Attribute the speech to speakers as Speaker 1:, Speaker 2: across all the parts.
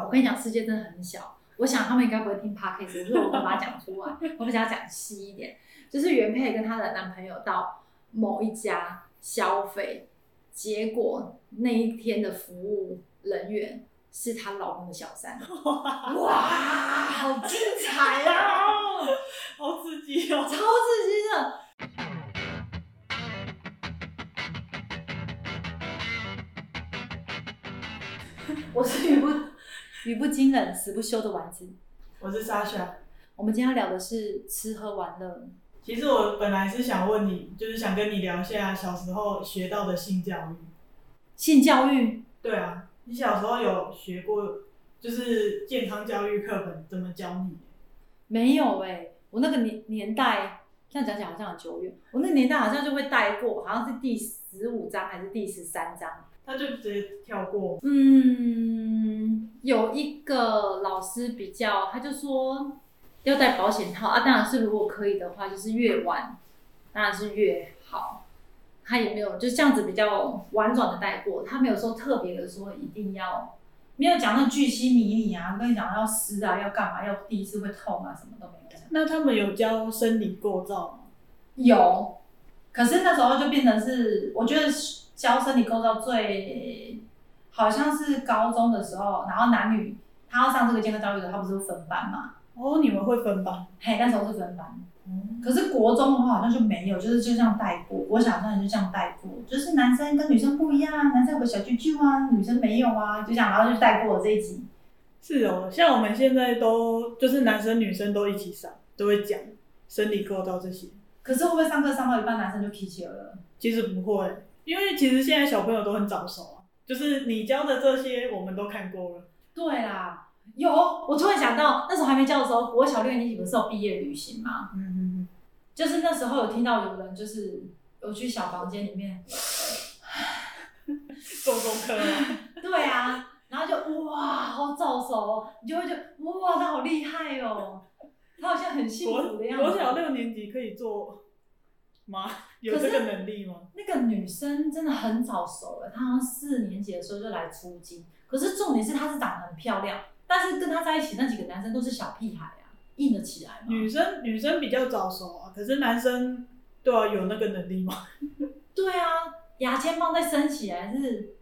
Speaker 1: 我跟你讲，世界真的很小。我想他们应该不会听 podcast，所以我不把它讲出来，我比较讲细一点。就是原配跟她的男朋友到某一家消费，结果那一天的服务人员是她老公的小三。哇，好精彩啊！
Speaker 2: 哦， 好刺激哦
Speaker 1: 超！刺激的。我是语不语不惊人死不休的丸子。
Speaker 2: 我是莎莎。
Speaker 1: 我们今天要聊的是吃喝玩乐。
Speaker 2: 其实我本来是想问你，就是想跟你聊一下小时候学到的性教育。
Speaker 1: 性教育
Speaker 2: 对啊，你小时候有学过，就是健康教育课本怎么教你？
Speaker 1: 没有哎、我那个年年代，这样讲起来好像很久远。我那个年代好像就会带过，好像是第十五章还是第十三章。
Speaker 2: 他就直接跳过。
Speaker 1: 嗯，有一个老师比较，他就说要戴保险套啊，当然是如果可以的话，就是越晚当然是越好。他也没有就这样子比较婉转的带过，他没有说特别的说一定要。
Speaker 3: 没有讲到巨细迷你啊，跟你讲要湿啊，要干嘛，要第一次会痛啊，什么都没有讲。
Speaker 2: 那他们有教生理构造吗？
Speaker 3: 有，可是那时候就变成是，我觉得教生理构造最好像是高中的时候，然后男女他要上这个健康教育的，他不是分班嘛？
Speaker 2: 哦，你们会分班？
Speaker 3: 嘿，那时候是分班，
Speaker 2: 嗯，
Speaker 3: 可是国中的话好像就没有，就是就这样带过，国小好像也就这样带过，就是男生跟女生不一样啊，男生有个小啾啾啊，女生没有啊，就这样，然后就带过我这一集。
Speaker 2: 是哦，像我们现在都就是男生女生都一起上，都会讲生理构造这些。
Speaker 3: 可是会不会上课上到一半，男生就踢球了？
Speaker 2: 其实不会，因为其实现在小朋友都很早熟啊，就是你教的这些我们都看过了。
Speaker 3: 对啦，
Speaker 1: 有，我突然想到，那时候还没教的时候，国小六年级不是有毕业旅行吗？
Speaker 2: 嗯嗯
Speaker 3: 就是那时候有听到有人就是有去小房间里面，
Speaker 2: 嗯，做功课啊，
Speaker 1: 对啊，然后就哇，好早熟哦，你就会觉得哇，他好厉害哦，他好像很幸
Speaker 2: 国
Speaker 1: 福的样子。
Speaker 2: 国小六年级可以做吗？有这个能力吗？
Speaker 1: 那个女生真的很早熟了，她好像四年级的时候就来出京，可是重点是她是长得很漂亮，但是跟她在一起那几个男生都是小屁孩啊，硬得起来
Speaker 2: 女
Speaker 1: 吗？
Speaker 2: 生女生比较早熟啊，可是男生对啊有那个能力吗？
Speaker 1: 对啊，牙签棒再升起来是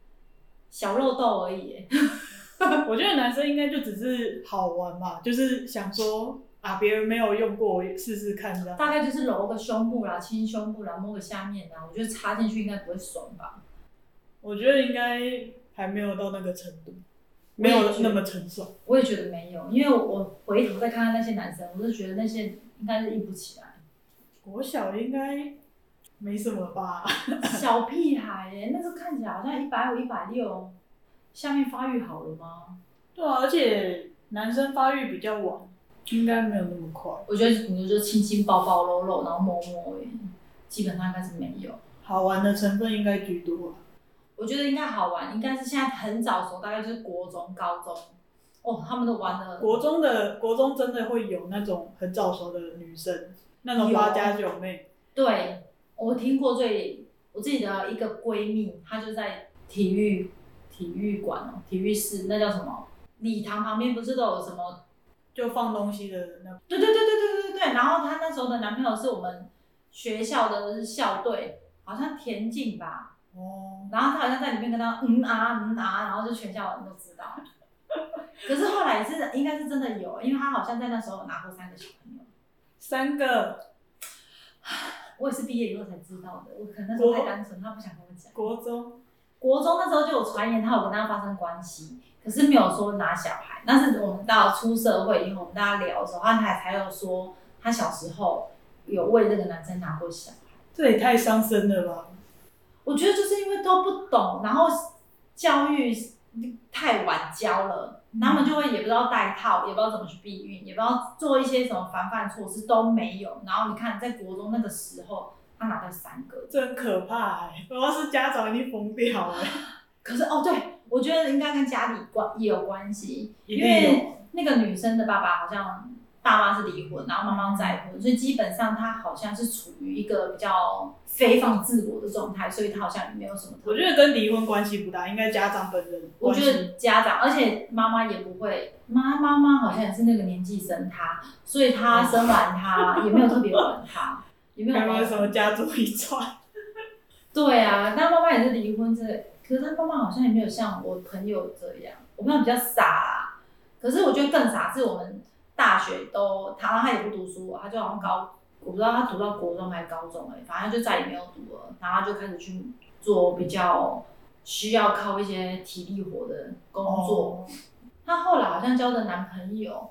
Speaker 1: 小肉豆而已耶，
Speaker 2: 我觉得男生应该就只是好玩吧，就是想说啊别人没有用过，我也试试看这样。
Speaker 1: 大概就是揉个胸部啦，亲胸部啦，摸个下面啦，我觉得插进去应该不会爽吧？
Speaker 2: 我觉得应该还没有到那个程度，
Speaker 1: 我也
Speaker 2: 没
Speaker 1: 觉得
Speaker 2: 有那么成熟。
Speaker 1: 我也觉得没有，因为我回头再看看那些男生，我是觉得那些应该是硬不起来。
Speaker 2: 国小应该没什么吧？
Speaker 1: 小屁孩耶、那时候看起来好像一百五、一百六，下面发育好了吗？
Speaker 2: 对啊，而且男生发育比较晚，应该没有那么快。
Speaker 1: 我觉得顶多就是亲亲抱抱、搂搂，然后摸摸而已，基本上应该是没有。
Speaker 2: 好玩的成分应该居多啊。
Speaker 1: 我觉得应该好玩，应该是现在很早熟，大概就是国中、高中，哦，他们都玩的
Speaker 2: 国中的国中真的会有那种很早熟的女生，那种八家九妹。
Speaker 1: 对，我听过最我自己的一个闺蜜，她就在体育体育馆哦，体育室那叫什么礼堂旁边不是都有什么
Speaker 2: 就放东西的那
Speaker 1: 对对对对对对对。然后她那时候的男朋友是我们学校的校队，好像田径吧。
Speaker 2: 哦，
Speaker 1: 然后她好像在里面跟他嗯啊嗯啊，然后就全校人都知道。 可是后来是应该是真的有，因为她好像在那时候拿过三个小朋友。
Speaker 2: 三个
Speaker 1: 我也是毕业以后才知道的，我可能那时候太单纯，她不想跟我讲。
Speaker 2: 国中
Speaker 1: 国中那时候就有传言她有跟他发生关系，可是没有说拿小孩。但是我们到出社会以后，我们大家聊的时候，她才才有说她小时候有为这个男生拿过小孩。
Speaker 2: 这也太伤身了吧？
Speaker 1: 我觉得就是因为都不懂，然后教育太晚教了，
Speaker 2: 嗯
Speaker 1: 他们就会也不知道带套，也不知道怎么去避孕，也不知道做一些什么防范措施都没有。然后你看，在国中那个时候，他拿到三个，
Speaker 2: 这很可怕哎、我要是家长一定疯掉哎、
Speaker 1: 可是哦，对，我觉得应该跟家里关也有关系，
Speaker 2: 一
Speaker 1: 因
Speaker 2: 定有
Speaker 1: 为那个女生的爸爸好像爸妈是离婚，然后妈妈再婚，所以基本上他好像是处于一个比较非放自我的状态，所以他好像也没有什么特
Speaker 2: 我
Speaker 1: 别。
Speaker 2: 觉得跟离婚关系不大，应该家长本人
Speaker 1: 我
Speaker 2: 关
Speaker 1: 觉
Speaker 2: 系。
Speaker 1: 得家长，而且妈妈也不会，妈妈妈好像也是那个年纪生他，所以他生完他也没有特别管他，也没有
Speaker 2: 还没有
Speaker 1: 管
Speaker 2: 什么家族遗传？
Speaker 1: 对啊，但妈妈也是离婚这，可是他妈妈好像也没有像我朋友这样，我朋友比较傻啦。可是我觉得更傻是我们大学都他他也不读书，他就好像高，我不知道他读到国中还是高中哎、反正就再也没有读了，然后他就开始去做比较需要靠一些体力活的工
Speaker 2: 哦
Speaker 1: 作。她后来好像交的男朋友，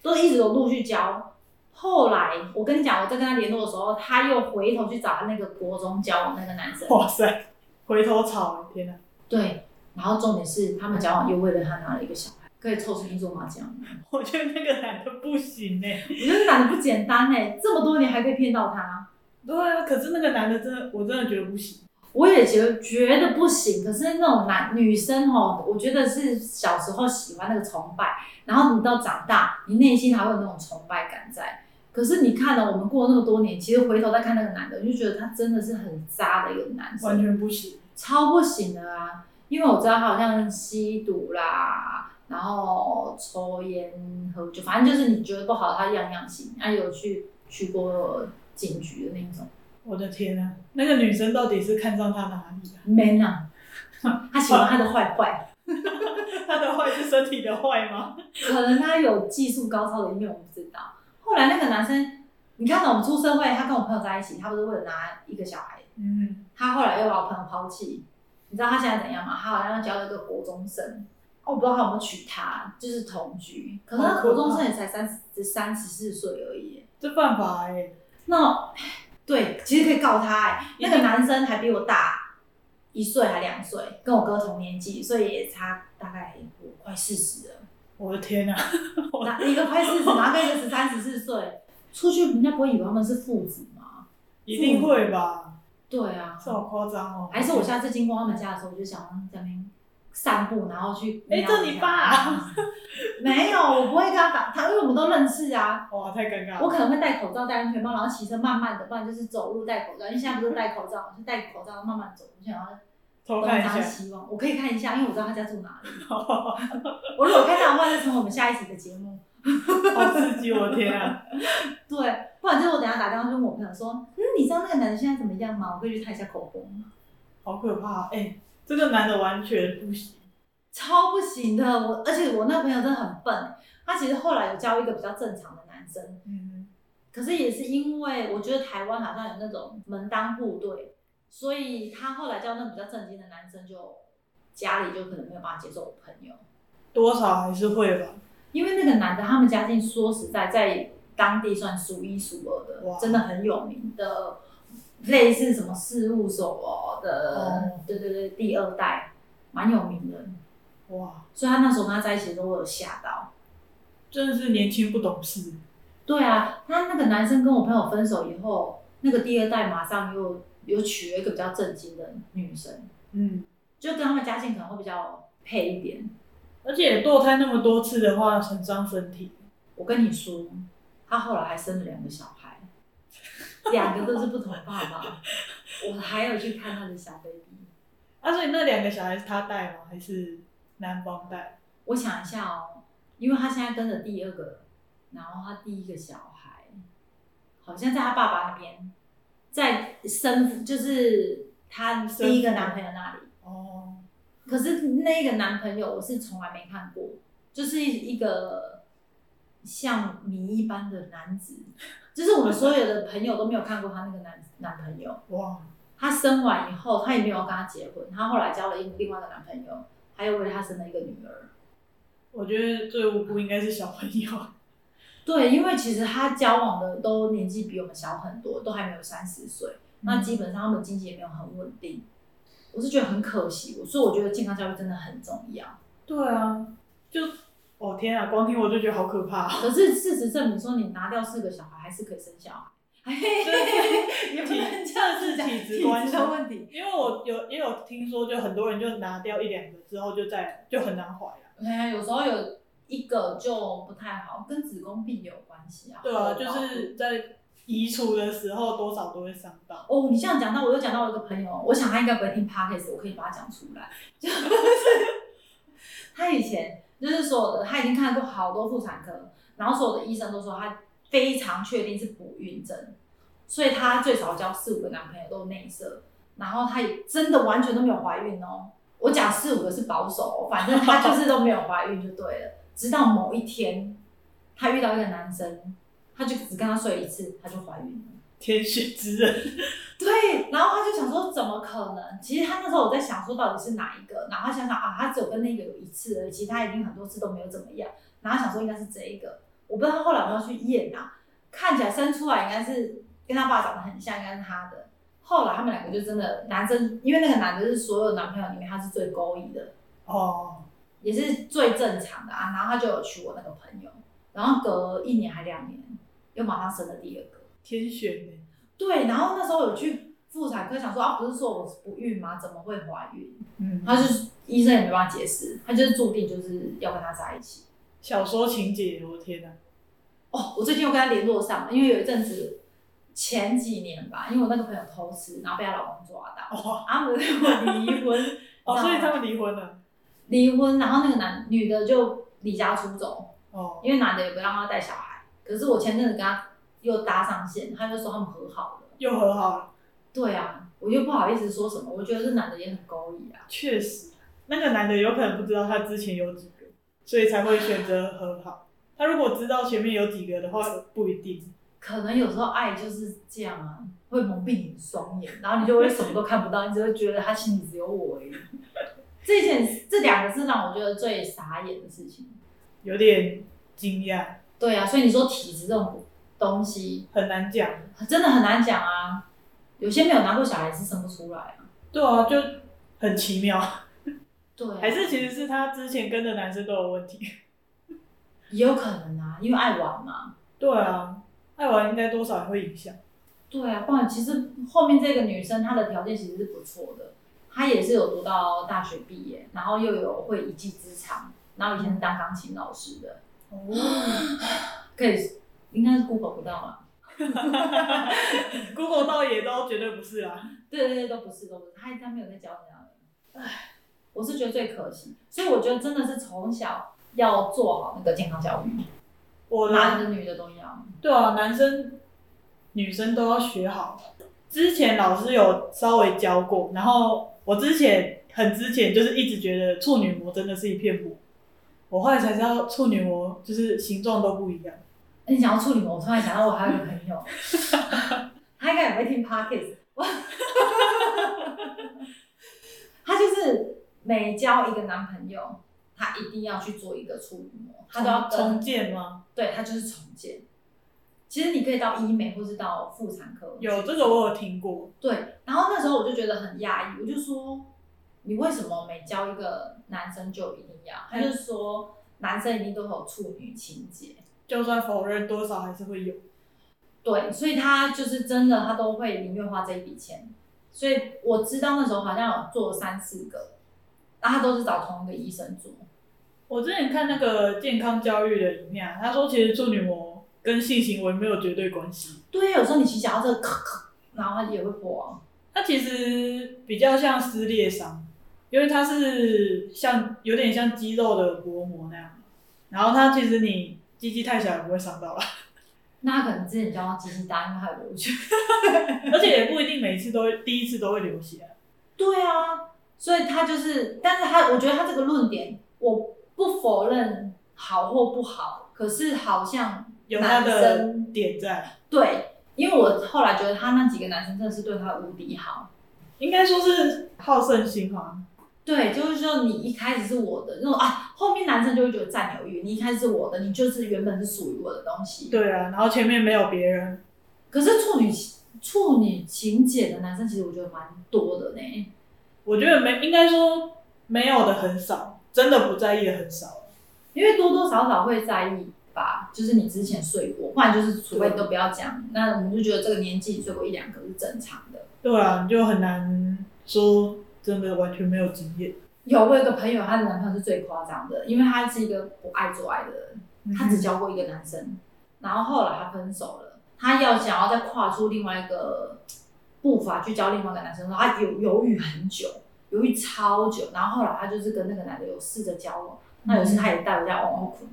Speaker 1: 都一直有陆续交。后来我跟你讲，我在跟她联络的时候，她又回头去找那个国中交往那个男生。
Speaker 2: 哇塞，回头草，天哪！
Speaker 1: 对，然后重点是他们交往又为了他拿了一个小孩，可以凑成一桌麻将。
Speaker 2: 我觉得那个男的不行哎、
Speaker 1: 我觉得这男的不简单哎、这么多年还可以骗到他，
Speaker 2: 对啊，可是那个男的真的，我真的觉得不行。
Speaker 1: 我也觉得觉得不行。可是那种男女生哦，我觉得是小时候喜欢那个崇拜，然后你到长大，你内心还会有那种崇拜感在。可是你看哦了我们过了那么多年，其实回头再看那个男的，你就觉得他真的是很渣的一个男生，
Speaker 2: 完全不行。
Speaker 1: 超不行的啊！因为我知道他好像吸毒啦，然后抽烟、喝酒，反正就是你觉得不好，他样样行。啊，有去去过警局的那一种
Speaker 2: 我的天啊，那个女生到底是看上他哪里啊？
Speaker 1: ，man 啊， 他喜欢他的坏坏，
Speaker 2: 他的坏是身体的坏吗？
Speaker 1: 可能他有技术高超的一面，我不知道。后来那个男生，你看到我们出社会，他跟我朋友在一起，他不是为了拿一个小孩，
Speaker 2: 嗯，
Speaker 1: 他后来又把我朋友抛弃，你知道他现在怎样吗？他好像交了一个国中生，哦，我不知道他有没有娶她，就是同居。可是
Speaker 2: 好
Speaker 1: 他国
Speaker 2: 可怕
Speaker 1: 中生也才三十三十四岁而已耶。
Speaker 2: 这犯法哎、
Speaker 1: 那对，其实可以告他哎、那个男生还比我大一岁还两岁，跟我哥同年纪，所以也差大概我快四十了。
Speaker 2: 我的天啊，
Speaker 1: 那一个快四十，然后跟一个十三十四岁，出去人家不会以为他们是父子吗？
Speaker 2: 一定会吧？
Speaker 1: 对啊，
Speaker 2: 这好夸张哦！
Speaker 1: 还是我下次经过他们家的时候，我就想在那边散步，然后去瞄
Speaker 2: 哎
Speaker 1: 一下。
Speaker 2: 这你爸啊
Speaker 1: 没有，我不会跟他打他，因为我们都认识啊。
Speaker 2: 哇，太尴尬
Speaker 1: 我
Speaker 2: 了。
Speaker 1: 可能会戴口罩、戴安全帽，然后骑车慢慢的，不然就是走路戴口罩。因为现在不是戴口罩，就戴口罩慢慢走。我想要
Speaker 2: 偷
Speaker 1: 东
Speaker 2: 看一
Speaker 1: 张
Speaker 2: 下，
Speaker 1: 西望，我可以看一下，因为我知道他家住哪里。我如果看到的话，就成为我们下一集的节目。
Speaker 2: 好刺激！我的天啊，
Speaker 1: 对，不然就是我等一下打电话跟我朋友说，嗯，你知道那个男的现在怎么样吗？我可以去看一下口红。
Speaker 2: 好可怕！哎、这个男的完全不行。
Speaker 1: 超不行的。我而且我那个朋友真的很笨，他其实后来有交一个比较正常的男生，
Speaker 2: 嗯，
Speaker 1: 可是也是因为我觉得台湾好像有那种门当户对，所以他后来交那个比较正经的男生就家里就可能没有办法接受我朋友，
Speaker 2: 多少还是会吧。
Speaker 1: 因为那个男的他们家境说实在在当地算数一数二
Speaker 2: 哇
Speaker 1: 的，真的很有名的。类似什么事务所的，
Speaker 2: 哦
Speaker 1: 对对对，第二代蛮有名的，
Speaker 2: 哇，
Speaker 1: 所以他那时候跟他在一起的时候，我有吓到。
Speaker 2: 真的是年轻不懂事。
Speaker 1: 对啊，那那个男生跟我朋友分手以后，那个第二代马上又又娶了一个比较正经的女生，
Speaker 2: 嗯，
Speaker 1: 就跟他们家境可能会比较配一点。
Speaker 2: 而且堕胎那么多次的话，很伤身体。
Speaker 1: 我跟你说，他后来还生了两个小 孩，两个都是不同爸爸。我还有去看他的小 baby。
Speaker 2: 啊，所以那两个小孩是他带吗？还是男方带？
Speaker 1: 我想一下哦，因为他现在跟着第二个，然后他第一个小孩好像在他爸爸那边，在生父就是他第一个男朋友那里。
Speaker 2: 哦，
Speaker 1: 可是那个男朋友我是从来没看过，就是一个像谜一般的男子，就是我们所有的朋友都没有看过他那个男男朋友。
Speaker 2: 哇，
Speaker 1: 他生完以后，他也没有跟他结婚，他后来交了一另外一个男朋友，还有为他生了一个女儿。
Speaker 2: 我觉得最无辜应该是小朋友。
Speaker 1: 对，因为其实他交往的都年纪比我们小很多，都还没有三十岁，那基本上他们经济也没有很稳定。我是觉得很可惜，所以我觉得健康教育真的很重要。
Speaker 2: 对啊，就哦天啊，光听我就觉得好可怕、哦
Speaker 1: 可是事实证明说，你拿掉四个小孩还是可以生小孩。也不能这样子讲，
Speaker 2: 体质
Speaker 1: 体
Speaker 2: 关
Speaker 1: 质
Speaker 2: 系
Speaker 1: 的问题。
Speaker 2: 因为我有也有听说，就很多人就拿掉一两个之后就再就很难怀了。啊
Speaker 1: 哎呀，有时候有一个就不太好，跟子宫壁也有关系啊。
Speaker 2: 对啊，
Speaker 1: 后脑
Speaker 2: 就
Speaker 1: 部
Speaker 2: 是在移除的时候多少都会伤到。
Speaker 1: 哦，你这样讲到，我又讲到我一个朋友，我想他应该不会听 podcast，我可以把他讲出来。就是 他以前就是说，他已经看过好多妇产科，然后所有的医生都说他非常确定是不孕症，所以他最少交四五个男朋友都内射，然后他也真的完全都没有怀孕哦。我讲四五个是保守、哦，反正他就是都没有怀孕就对了。直到某一天，他遇到一个男生，他就只跟他睡一次，他就怀孕了。
Speaker 2: 天选之人，
Speaker 1: 对，然后他就想说，怎么可能？其实他那时候我在想说，到底是哪一个？然后他想想啊，他只有跟那个有一次而已，其实他一定很多次都没有怎么样。然后想说应该是这一个，我不知道他后来有没有去验啊。看起来生出来应该是跟他爸长得很像，应该是他的。后来他们两个就真的男生，因为那个男的是所有男朋友里面他是最勾引的，
Speaker 2: 哦，
Speaker 1: 也是最正常的啊。然后他就有娶我那个朋友，然后隔一年还两年又马上生了第二个。
Speaker 2: 天选呢、
Speaker 1: 对，然后那时候有去妇产科，想说啊，不是说我不孕吗？怎么会怀孕？
Speaker 2: 嗯，
Speaker 1: 他就是医生也没办法解释，他就是注定就是要跟他在一起。
Speaker 2: 小说情节，我的天啊哪、
Speaker 1: 哦，我最近又跟他联络上了，因为有一阵子前几年吧，因为我那个朋友偷吃，然后被她老公抓到，
Speaker 2: 哦，
Speaker 1: 他们跟我离婚
Speaker 2: 哦，所以他
Speaker 1: 你知道吗
Speaker 2: 们离婚了。
Speaker 1: 离婚，然后那个男女的就离家出走，
Speaker 2: 哦，
Speaker 1: 因为男的也不让他带小孩。可是我前阵子跟他又搭上线，他就说他们和好了。
Speaker 2: 又和好了，
Speaker 1: 对啊，我就不好意思说什么，我觉得这男的也很勾引啊。
Speaker 2: 确实，那个男的有可能不知道他之前有几个，所以才会选择和好。他如果知道前面有几个的话，不一定。
Speaker 1: 可能有时候爱就是这样啊，会蒙蔽你的双眼，然后你就会什么都看不到，你只会觉得他心里只有我而已。这件这两个是让我觉得最傻眼的事情。
Speaker 2: 有点惊讶，
Speaker 1: 对啊，所以你说体质这种东西
Speaker 2: 很难讲。
Speaker 1: 真的很难讲啊，有些没有拿过小孩是生不出来啊。
Speaker 2: 对啊，就很奇妙，
Speaker 1: 对啊
Speaker 2: 还是其实是他之前跟的男生都有问题。
Speaker 1: 也有可能啊，因为爱玩嘛。
Speaker 2: 对啊，爱玩应该多少也会影响。
Speaker 1: 对啊，不然其实后面这个女生她的条件其实是不错的，她也是有读到大学毕业，然后又有会一技之长，然后以前是当钢琴老师的，
Speaker 2: 哦
Speaker 1: 可以应该是 Google 不到嘛？
Speaker 2: ，Google 倒也都绝对不是啊啦。
Speaker 1: 对对对，都不是都不是，她她没有在教人家的。我是觉得最可惜，所以我觉得真的是从小要做好那个健康教育，
Speaker 2: 我
Speaker 1: 男
Speaker 2: 男
Speaker 1: 的女的都要。
Speaker 2: 对啊，男生、女生都要学好。之前老师有稍微教过，然后我之前很之前就是一直觉得处女膜真的是一片膜，我后来才知道处女膜就是形状都不一样。
Speaker 1: 哎你想要处女膜，我突然想到我还有一个朋 友，他应该也会听 podcast。哇 他就是每交一个男朋友，他一定要去做一个处女膜，他都要
Speaker 2: 重
Speaker 1: 跟，
Speaker 2: 建吗？
Speaker 1: 对他就是重建。其实你可以到医美或是到妇产科，
Speaker 2: 有这个我有听过，
Speaker 1: 对。然后那时候我就觉得很压抑，我就说你为什么每交一个男生就一定要？他就说男生一定都有处女情节。
Speaker 2: 就算否认，多少还是会有。
Speaker 1: 对，所以他就是真的，他都会宁愿花这一笔钱。所以我知道那时候好像有做三四个，然后他都是找同一个医生做。
Speaker 2: 我之前看那个健康教育的影片啊，他说其实处女膜跟性行为没有绝对关系，
Speaker 1: 对，有时候你骑脚踏车，咳咳，然后它也会破啊。
Speaker 2: 它其实比较像撕裂伤，因为它是像有点像肌肉的薄膜那样，然后它其实你鸡鸡太小也不会伤到啦，
Speaker 1: 那他可能之前叫他鸡鸡大，因为还有流血。
Speaker 2: 而且也不一定每次都会第一次都会流血啊、
Speaker 1: 对啊，所以他就是，但是他我觉得他这个论点，我不否认好或不好，可是好像
Speaker 2: 有它
Speaker 1: 男
Speaker 2: 的
Speaker 1: 生
Speaker 2: 点在，
Speaker 1: 对，因为我后来觉得他那几个男生真的是对他无敌好。
Speaker 2: 应该说是好胜心嘛，
Speaker 1: 对，就是说你一开始是我的那种啊，后面男生就会觉得占有欲，你一开始是我的，啊你就是原本是属于我的东西。，
Speaker 2: 对啊，然后前面没有别人，
Speaker 1: 可是处女处女情结的男生，其实我觉得蛮多的呢。
Speaker 2: 我觉得没应该说没有的很少，真的不在意的很少。
Speaker 1: 因为多多少少会在意吧，就是你之前睡过，不然就是除非你都不要讲，那我们就觉得这个年纪睡过一两个是正常的。
Speaker 2: 对啊，你就很难说真的完全没有经验。
Speaker 1: 有我有个朋友，她的男朋友是最夸张的，因为他是一个不爱做爱的
Speaker 2: 嗯
Speaker 1: 人，他只交过一个男生，然后后来他分手了，他要想要再跨出另外一个步伐去交另外一个男生的时候，他犹犹豫很久，犹豫超久，然后后来他就是跟那个男的有试着交往，那有一次他也带我在往后哭。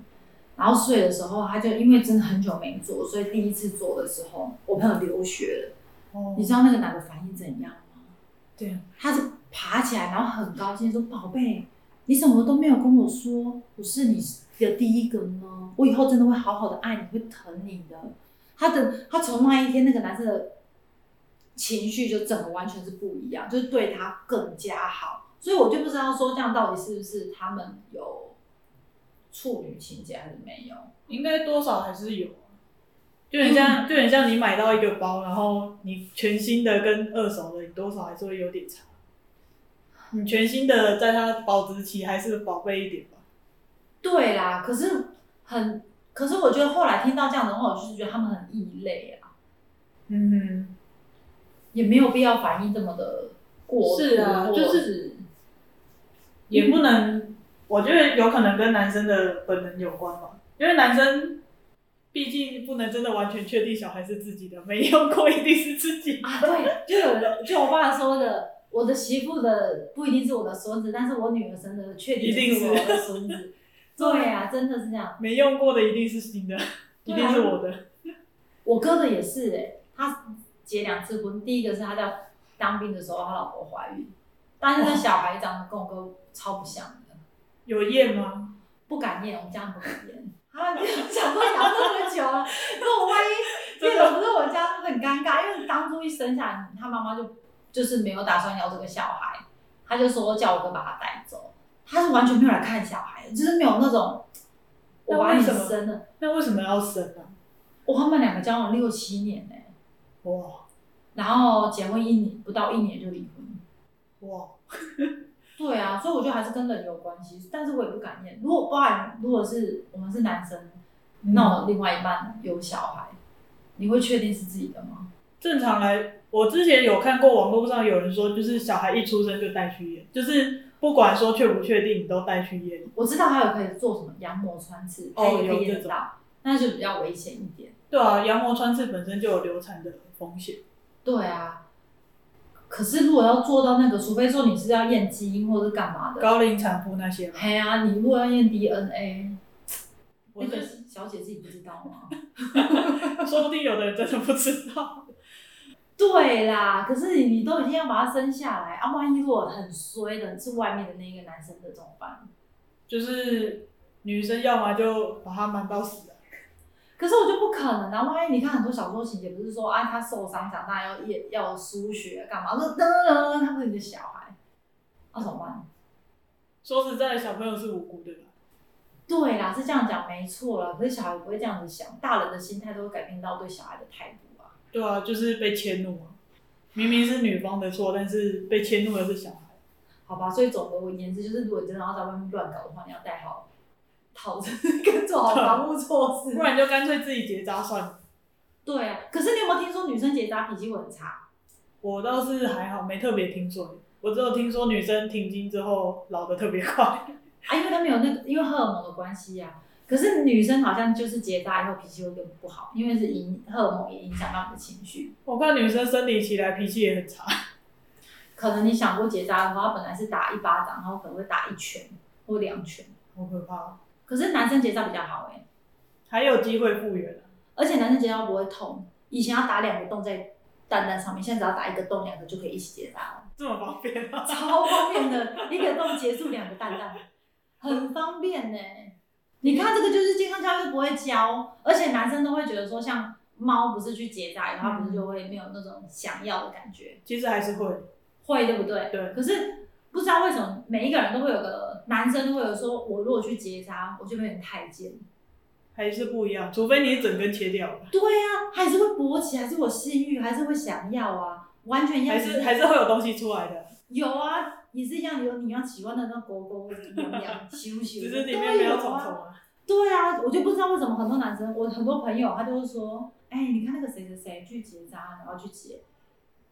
Speaker 1: 然后睡的时候，他就因为真的很久没做，所以第一次做的时候，我朋友流血了。
Speaker 2: 哦
Speaker 4: 你知道那个男的反应怎样吗？
Speaker 2: 对啊，
Speaker 4: 他是爬起来，然后很高兴地说：“宝贝，你怎么都没有跟我说我是你的第一个呢？我以后真的会好好的爱你，会疼你的。”他的他从那一天，那个男生的情绪就整个完全是不一样，就是对他更加好。所以我就不知道说这样到底是不是他们有处女情节还是没有。
Speaker 2: 应该多少还是有，就很
Speaker 1: 嗯
Speaker 2: 像、就很像你买到一个包，然后你全新的跟二手的，你多少还是会有点差。你全新的在它保质期还是宝贝一点吧。
Speaker 1: 对啦，可是很，可是我觉得后来听到这样的话，我就是觉得他们很异类啊，
Speaker 2: 嗯
Speaker 1: 也没有必要反应这么的过度
Speaker 2: 是啊
Speaker 1: 或
Speaker 2: 就
Speaker 1: 者
Speaker 2: 是
Speaker 1: 是
Speaker 2: 也不能，我觉得有可能跟男生的本能有关吧，因为男生毕竟不能真的完全确定小孩是自己的，没用过一定是自己的。
Speaker 4: 啊，对，
Speaker 1: 就有人就我爸说的，我的媳妇的不一定是我的孙子，但是我女儿生的确
Speaker 2: 一定
Speaker 1: 定
Speaker 2: 是
Speaker 1: 是我的孙 子。对呀、真的是这样。
Speaker 2: 没用过的一定是新的，一
Speaker 1: 对啊
Speaker 2: 定是我的。
Speaker 1: 我哥的也是哎、他结两次婚，第一个是他在当兵的时候，他老婆怀孕，但是那小孩长得跟我哥超不像的，
Speaker 2: 有验吗？
Speaker 1: 不敢念，我们家不敢念。 他们啊想说养那么久 了，那我万一念了不是我家，很尴尬，因为当初一生下来，他妈妈就就是没有打算要这个小孩，他就说叫我哥把他带走，他是完全没有来看小孩，就是没有那种我把你
Speaker 2: 那为什么
Speaker 1: 生了，
Speaker 2: 那为什么要生呢、
Speaker 1: 哇，他们两个交往六七年呢、
Speaker 2: 哇
Speaker 1: 然后结婚一年不到一年就离婚。
Speaker 2: 哇，
Speaker 1: 对啊，所以我觉得还是跟人有关系，但是我也不敢念。如果包含如果是我们是男生，
Speaker 2: 嗯
Speaker 1: 那我另外一半有小孩，你会确定是自己的吗？
Speaker 2: 正常来，我之前有看过网络上有人说，就是小孩一出生就带去验，就是不管说确不确定，你都带去验。
Speaker 1: 我知道还有可以做什么羊膜穿刺，它
Speaker 2: 哦
Speaker 1: 也可以
Speaker 2: 有
Speaker 1: 验
Speaker 2: 这
Speaker 1: 得
Speaker 2: 种
Speaker 1: 到，那就比较危险一点。
Speaker 2: 对啊，羊膜穿刺本身就有流产的风险。
Speaker 1: 对啊，可是如果要做到那个，除非说你是要验基因或是干嘛的，
Speaker 2: 高龄产妇那些嘛，
Speaker 1: 哎呀、你如果要验 DNA，
Speaker 2: 我
Speaker 1: 那个
Speaker 2: 是
Speaker 1: 小姐自己不知道吗？
Speaker 2: 说不定有的人真的不知道。
Speaker 1: 对啦，可是你都已经要把他生下来啊，万一如果很衰的是外面的那个男生的怎么办？
Speaker 2: 就是女生要么就把它瞒到死啊，
Speaker 1: 可是我就不可能啊！万一你看很多小说情节，不是说啊他受伤长大要也要输血干嘛？那那他是你的小孩，那、怎么办？
Speaker 2: 说实在，小朋友是无辜的啦。
Speaker 1: 对啦，是这样讲没错啦。可是小孩不会这样子想，大人的心态都会改变到对小孩的态度啊。
Speaker 2: 对啊，就是被迁怒啊。明明是女方的错，但是被迁怒的是小孩。
Speaker 1: 好吧，所以总而言之，就是如果你真的要在外面乱搞的话，你要带好套子跟做好防护措施
Speaker 2: 不。然就干脆自己结扎算了。
Speaker 1: 对啊，可是你有没有听说女生结扎脾气会很差？
Speaker 2: 我倒是还好，没特别听说。我只有听说女生停经之后老的特别快。
Speaker 1: 啊，因为她们有那个，因为荷尔蒙的关系呀、可是女生好像就是结扎以后脾气会更不好，因为是影荷尔蒙也影响到你的情绪。
Speaker 2: 我看女生生理期来脾气也很差。
Speaker 1: 可能你想过结扎的话，她本来是打一巴掌，然后可能会打一拳或两拳。
Speaker 2: 好可怕。哦
Speaker 1: 可是男生结扎比较好哎、
Speaker 2: 还有机会复原啊、
Speaker 1: 而且男生结扎不会痛，以前要打两个洞在蛋蛋上面，现在只要打一个洞，两个就可以一起结扎了。
Speaker 2: 这么方便 啊！
Speaker 1: 超方便的，一个洞结束两个蛋蛋，很方便呢、你看这个就是健康教育不会教，而且男生都会觉得说，像猫不是去结扎以后，它不是就会没有那种想要的感觉，
Speaker 2: 其实还是会，
Speaker 1: 会对不对？
Speaker 2: 对，
Speaker 1: 可是不知道为什么每一个人都会有个男生都会有说，我如果去结扎，我就会很太监。
Speaker 2: 还是不一样。除非你整根切掉，
Speaker 1: 对呀、还是会勃起，还是我性欲，还是会想要啊，完全一样
Speaker 2: 还是还是会有东西出来的，
Speaker 1: 有啊，也是一样，有你要喜欢的那狗狗、羊羊、咻咻，
Speaker 2: 只是里面没有虫虫啊。
Speaker 1: 对啊，我就不知道为什么很多男生，我很多朋友他就会说，哎、你看那个谁谁谁去结扎，然后去结，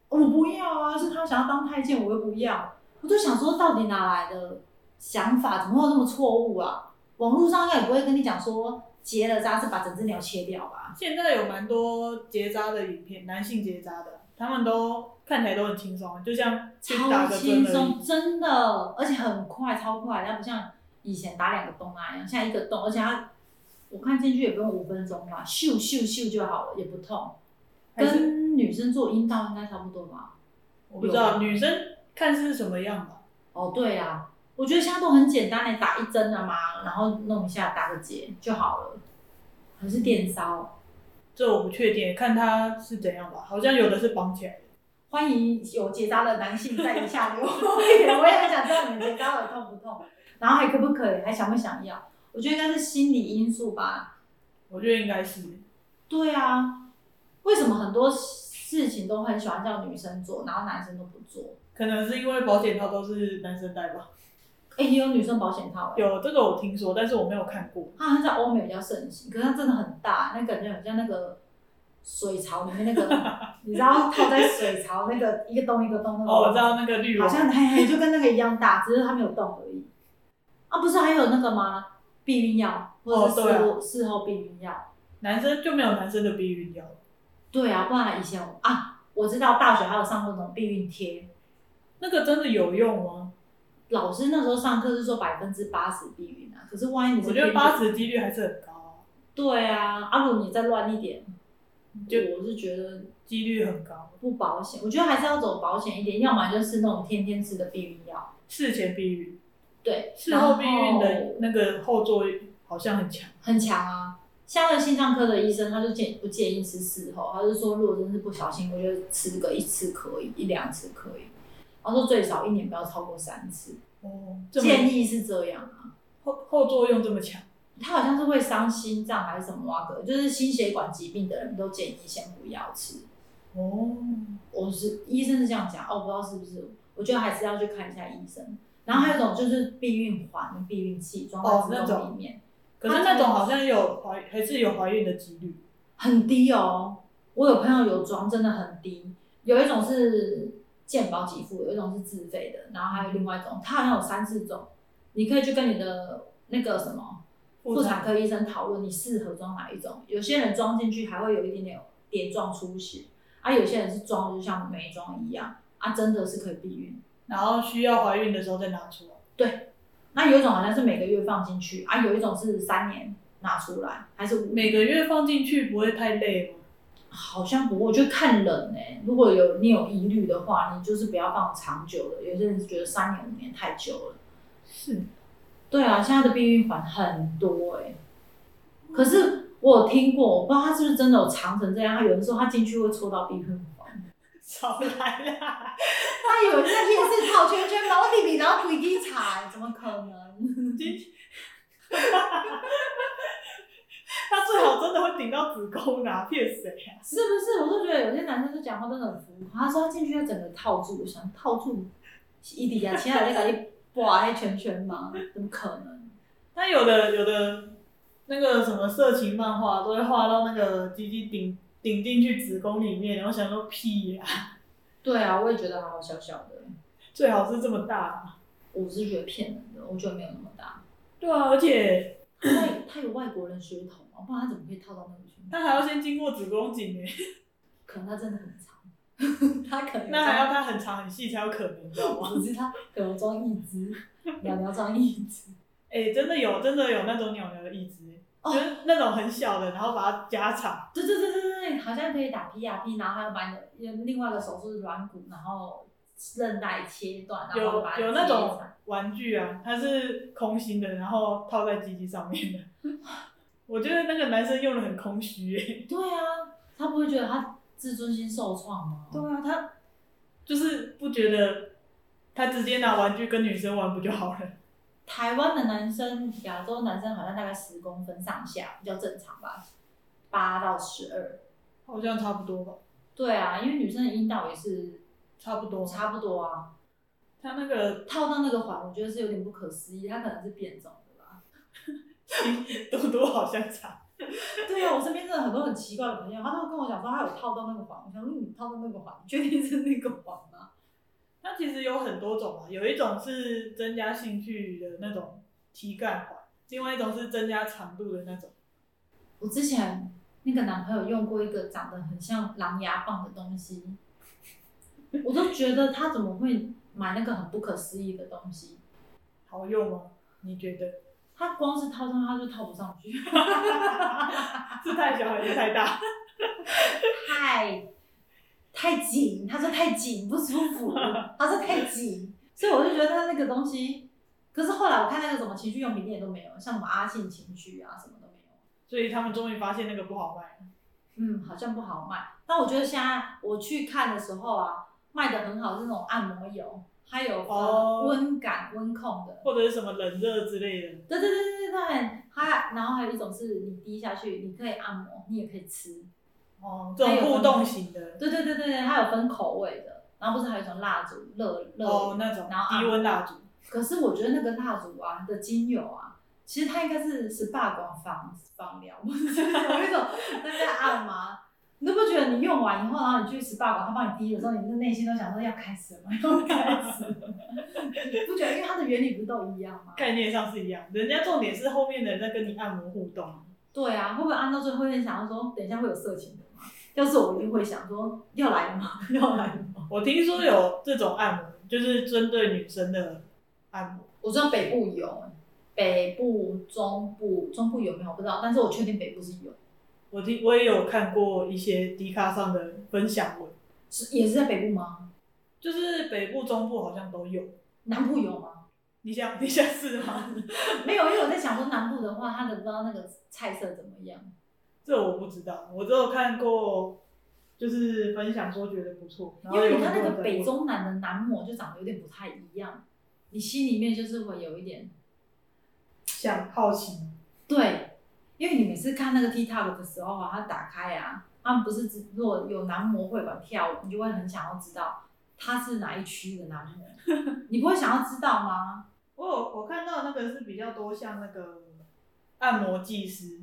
Speaker 1: 我不要啊，是他想要当太监，我又不要，我就想说到底哪来的想法怎么会有这么错误啊？网络上应该也不会跟你讲说结了扎是把整只鸟切掉吧？
Speaker 2: 现在有蛮多结扎的影片，男性结扎的，他们都看起来都很轻松，啊就像去打
Speaker 1: 超
Speaker 2: 个
Speaker 1: 轻
Speaker 2: 针而
Speaker 1: 松，
Speaker 2: 已。
Speaker 1: 真的，而且很快，超快，它不像以前打两个洞那样，现在一个洞，而且它我看进去也不用五分钟吧，咻咻咻就好了，也不痛，
Speaker 2: 还是
Speaker 1: 跟女生做阴道应该差不多吧？
Speaker 2: 我不知道女生看是什么样吧，
Speaker 1: 哦，对啊，我觉得现在都很简单的，打一针了嘛，然后弄一下打个结就好了，还是电烧。
Speaker 2: 这我不确定，看他是怎样吧。好像有的是绑起来的，
Speaker 1: 欢迎有结扎的男性在以下留 言，我也很想知道你们结扎了痛不痛，然后还可不可以，还想不想要？我觉得应该是心理因素吧。
Speaker 2: 我觉得应该是。
Speaker 1: 对啊，为什么很多事情都很喜欢叫女生做，然后男生都不做？
Speaker 2: 可能是因为保险套都是男生戴吧，
Speaker 1: 哎，也有女生保险套、欸，
Speaker 2: 有这个我听说，但是我没有看过。
Speaker 1: 它好像在欧美比较盛行，可是它真的很大，那感觉很像那个水槽里面那个，你知道套在水槽那个一个洞一个洞那个。
Speaker 2: 哦，我知道那个绿
Speaker 1: 好
Speaker 2: 网，
Speaker 1: 像嘿嘿就跟那个一样大，只是它没有动而已。啊，不是还有那个吗？避孕药或者是
Speaker 2: 哦对
Speaker 1: 事
Speaker 2: 啊
Speaker 1: 后、事后避孕药。
Speaker 2: 男生就没有男生的避孕药，
Speaker 1: 对啊，不然以前我啊，我知道大学还有上过那种避孕贴，
Speaker 2: 那个真的有用吗？
Speaker 1: 老师那时候上课是说百分之八十避孕啊，可是万一你是
Speaker 2: 我觉
Speaker 1: 避
Speaker 2: 得
Speaker 1: 孕
Speaker 2: 八十几率还是很高啊，
Speaker 1: 对啊，阿、啊、鲁你再乱一点，
Speaker 2: 就
Speaker 1: 我是觉得
Speaker 2: 几率很高。
Speaker 1: 不保险，我觉得还是要走保险一点，要么就是那种天天吃的避孕药，
Speaker 2: 事前避孕，
Speaker 1: 对，
Speaker 2: 事后避
Speaker 1: 然
Speaker 2: 孕
Speaker 1: 后
Speaker 2: 的那个后座好像很强，
Speaker 1: 很强啊。像那个心脏科的医生，他就建不建议吃事后，他就说如果真是不小心，我觉得吃个一次可以，一两次可以。他说最少一年不要超过三次，
Speaker 2: 哦，这么
Speaker 1: 建议是这样啊。
Speaker 2: 后后作用这么强，
Speaker 1: 他好像是会伤心脏还是什么哇格，就是心血管疾病的人都建议先不要吃。
Speaker 2: 哦，
Speaker 1: 我是医生是这样讲，哦，我不知道是不是，我觉得还是要去看一下医生。然后还有一种就是避孕环、避孕器装
Speaker 2: 哦
Speaker 1: 在
Speaker 2: 那
Speaker 1: 子宫
Speaker 2: 种
Speaker 1: 里面，
Speaker 2: 可是那种好像有怀还是有怀孕的几率，
Speaker 1: 很低哦。我有朋友有装，真的很低。有一种是健保给付，有一种是自费的，然后还有另外一种，它好像有三四种。你可以去跟你的那个什么妇产科医生讨论，你适合装哪一种。有些人装进去还会有一点点点状出血，啊，有些人是装就像没装一样，啊，真的是可以避孕。
Speaker 2: 然后需要怀孕的时候再拿出来，
Speaker 1: 那有一种好像是每个月放进去啊，有一种是三年拿出来，还是五
Speaker 2: 每个月放进去不会太累吗？
Speaker 1: 好像不，我觉得看人呢、欸如果有你有疑虑的话，你就是不要放长久的。有些人是觉得三年五年太久了。
Speaker 2: 是，
Speaker 1: 对啊，现在的避孕环很多哎、可是我有听过，我不知道他是不是真的有长成这样。他有人说他进去会戳到避孕环，
Speaker 2: 少来啦，
Speaker 1: 他以为在夜市套圈圈，然后里里然后鬼滴踩，怎么可能？
Speaker 2: 他最好真的会顶到子宫拿骗谁啊？
Speaker 1: 是不是？我就觉得有些男生就讲话真的很浮夸，他说他进去要整个套住，我想套住是一滴啊，其他人在给你刮那圈圈吗？怎么可能？
Speaker 2: 那有的有的那个什么色情漫画都会画到那个鸡鸡顶顶进去子宫里面，然后想说屁啊呀、
Speaker 1: 对啊，我也觉得好好小小的，
Speaker 2: 最好是这么大。
Speaker 1: 我是觉得骗人的，我觉得没有那么大。
Speaker 2: 对啊，而且
Speaker 1: 外他有外国人血统嘛，不然他怎么会套到那个圈？
Speaker 2: 它还要先经过子宫颈欸诶，
Speaker 1: 可能他真的很长，他可能
Speaker 2: 那还要它很长很细才有可能，你知道吗？
Speaker 1: 我知道，可能装一只，鸟鸟装一只，
Speaker 2: 哎、真的有，真的有那种鸟鸟的义肢欸，
Speaker 1: 哦
Speaker 2: 就是那种很小的，然后把它加长，
Speaker 1: 对对对对对对，好像可以打 P R P，然后还有把你的呃另外一个手术是软骨，然后韧带切断，然后
Speaker 2: 有
Speaker 1: 把它
Speaker 2: 有那
Speaker 1: 接
Speaker 2: 种
Speaker 1: 上
Speaker 2: 玩具啊，它是空心的，然后套在鸡鸡上面的。 我觉得那个男生用的很空虚、欸。
Speaker 1: 对啊，他不会觉得他自尊心受创吗？
Speaker 2: 对啊，他就是不觉得他直接拿玩具跟女生玩不就好了？
Speaker 1: 台湾的男生，亚洲男生好像大概十公分上下比较正常吧，八到十二。
Speaker 2: 好像差不多吧，
Speaker 1: 对啊，因为女生的阴道也是
Speaker 2: 差不多。
Speaker 1: 差不多啊，
Speaker 2: 他那个
Speaker 1: 套到那个环，我觉得是有点不可思议，它可能是变种的吧。
Speaker 2: 多多好像差，
Speaker 1: 对啊，我身边真的很多很奇怪的朋友，他都跟我讲说他有套到那个环，我想说你套到那个环，你确定是那个环吗？
Speaker 2: 那其实有很多种啊，有一种是增加兴趣的那种体感环，另外一种是增加长度的那种。
Speaker 1: 我之前那个男朋友用过一个长得很像狼牙棒的东西，我都觉得他怎么会买那个很不可思议的东西？
Speaker 2: 好用吗？你觉得？
Speaker 1: 他光是套上他就套不上去，
Speaker 2: 是太小还是太大？
Speaker 1: 太太紧，他说太紧不舒服，他说太紧，所以我就觉得他那个东西。可是后来我看那个什么情趣用品店都没有，像什么阿信情趣啊什么都没有。
Speaker 2: 所以他们终于发现那个不好卖了。
Speaker 1: 嗯，好像不好卖。但我觉得现在我去看的时候啊，卖的很好，是那种按摩油，还有
Speaker 2: 哦
Speaker 1: 呃温感、温控的。
Speaker 2: 或者是什么冷热之类的，
Speaker 1: 对对对对对对，它然后还有一种是你滴下去，你可以按摩，你也可以吃。
Speaker 2: 哦，这
Speaker 1: 它有
Speaker 2: 种互动型的，
Speaker 1: 对对对对对，它有分口味的，然后不是还有一种蜡烛热热、
Speaker 2: 哦，那种
Speaker 1: 然后
Speaker 2: 低温蜡烛，
Speaker 1: 可是我觉得那个蜡烛啊的精油啊，其实它应该是 SPA 光放放疗，不是 有一种那在按吗？你都不觉得你用完以后，然后你去 SPA 馆，他帮你滴的时候，你的内心都想说要开始了吗？ 要开始了吗？ 你不觉得？因为它的原理不是都一样吗？
Speaker 2: 概念上是一样。人家重点是后面的人在跟你按摩互动，
Speaker 1: 对啊，会不会按到最后会想要说，等一下会有色情的吗？要是我，一定会想说要来了吗？ 要来了吗？
Speaker 2: 我听说有这种按摩，就是针对女生的按摩。
Speaker 1: 我知道北部有，北部、中部、中部有没有我不知道，但是我确定北部是有。
Speaker 2: 我听我也有看过一些迪卡上的分享文，
Speaker 1: 是也是在北部吗？
Speaker 2: 就是北部、中部好像都有。
Speaker 1: 南部有吗？
Speaker 2: 你想，你 想试吗？
Speaker 1: 没有，因为我在想说南部的话，它的不知道那个菜色怎么样。
Speaker 2: 这我不知道，我只有看过，就是分享说觉得不错。然
Speaker 1: 因
Speaker 2: 后
Speaker 1: 为
Speaker 2: 有
Speaker 1: 你看
Speaker 2: 很
Speaker 1: 那
Speaker 2: 多人
Speaker 1: 个
Speaker 2: 在
Speaker 1: 北
Speaker 2: 问，
Speaker 1: 中南的南模就长得有点不太一样，你心里面就是会有一点
Speaker 2: 想好奇，
Speaker 1: 对，因为你每次看那个 TikTok 的时候啊，它打开啊，他们不是只如果有男模会馆跳舞，你就会很想要知道他是哪一区的男模，你不会想要知道吗？
Speaker 2: 我有我看到那个是比较多像那个按摩技师，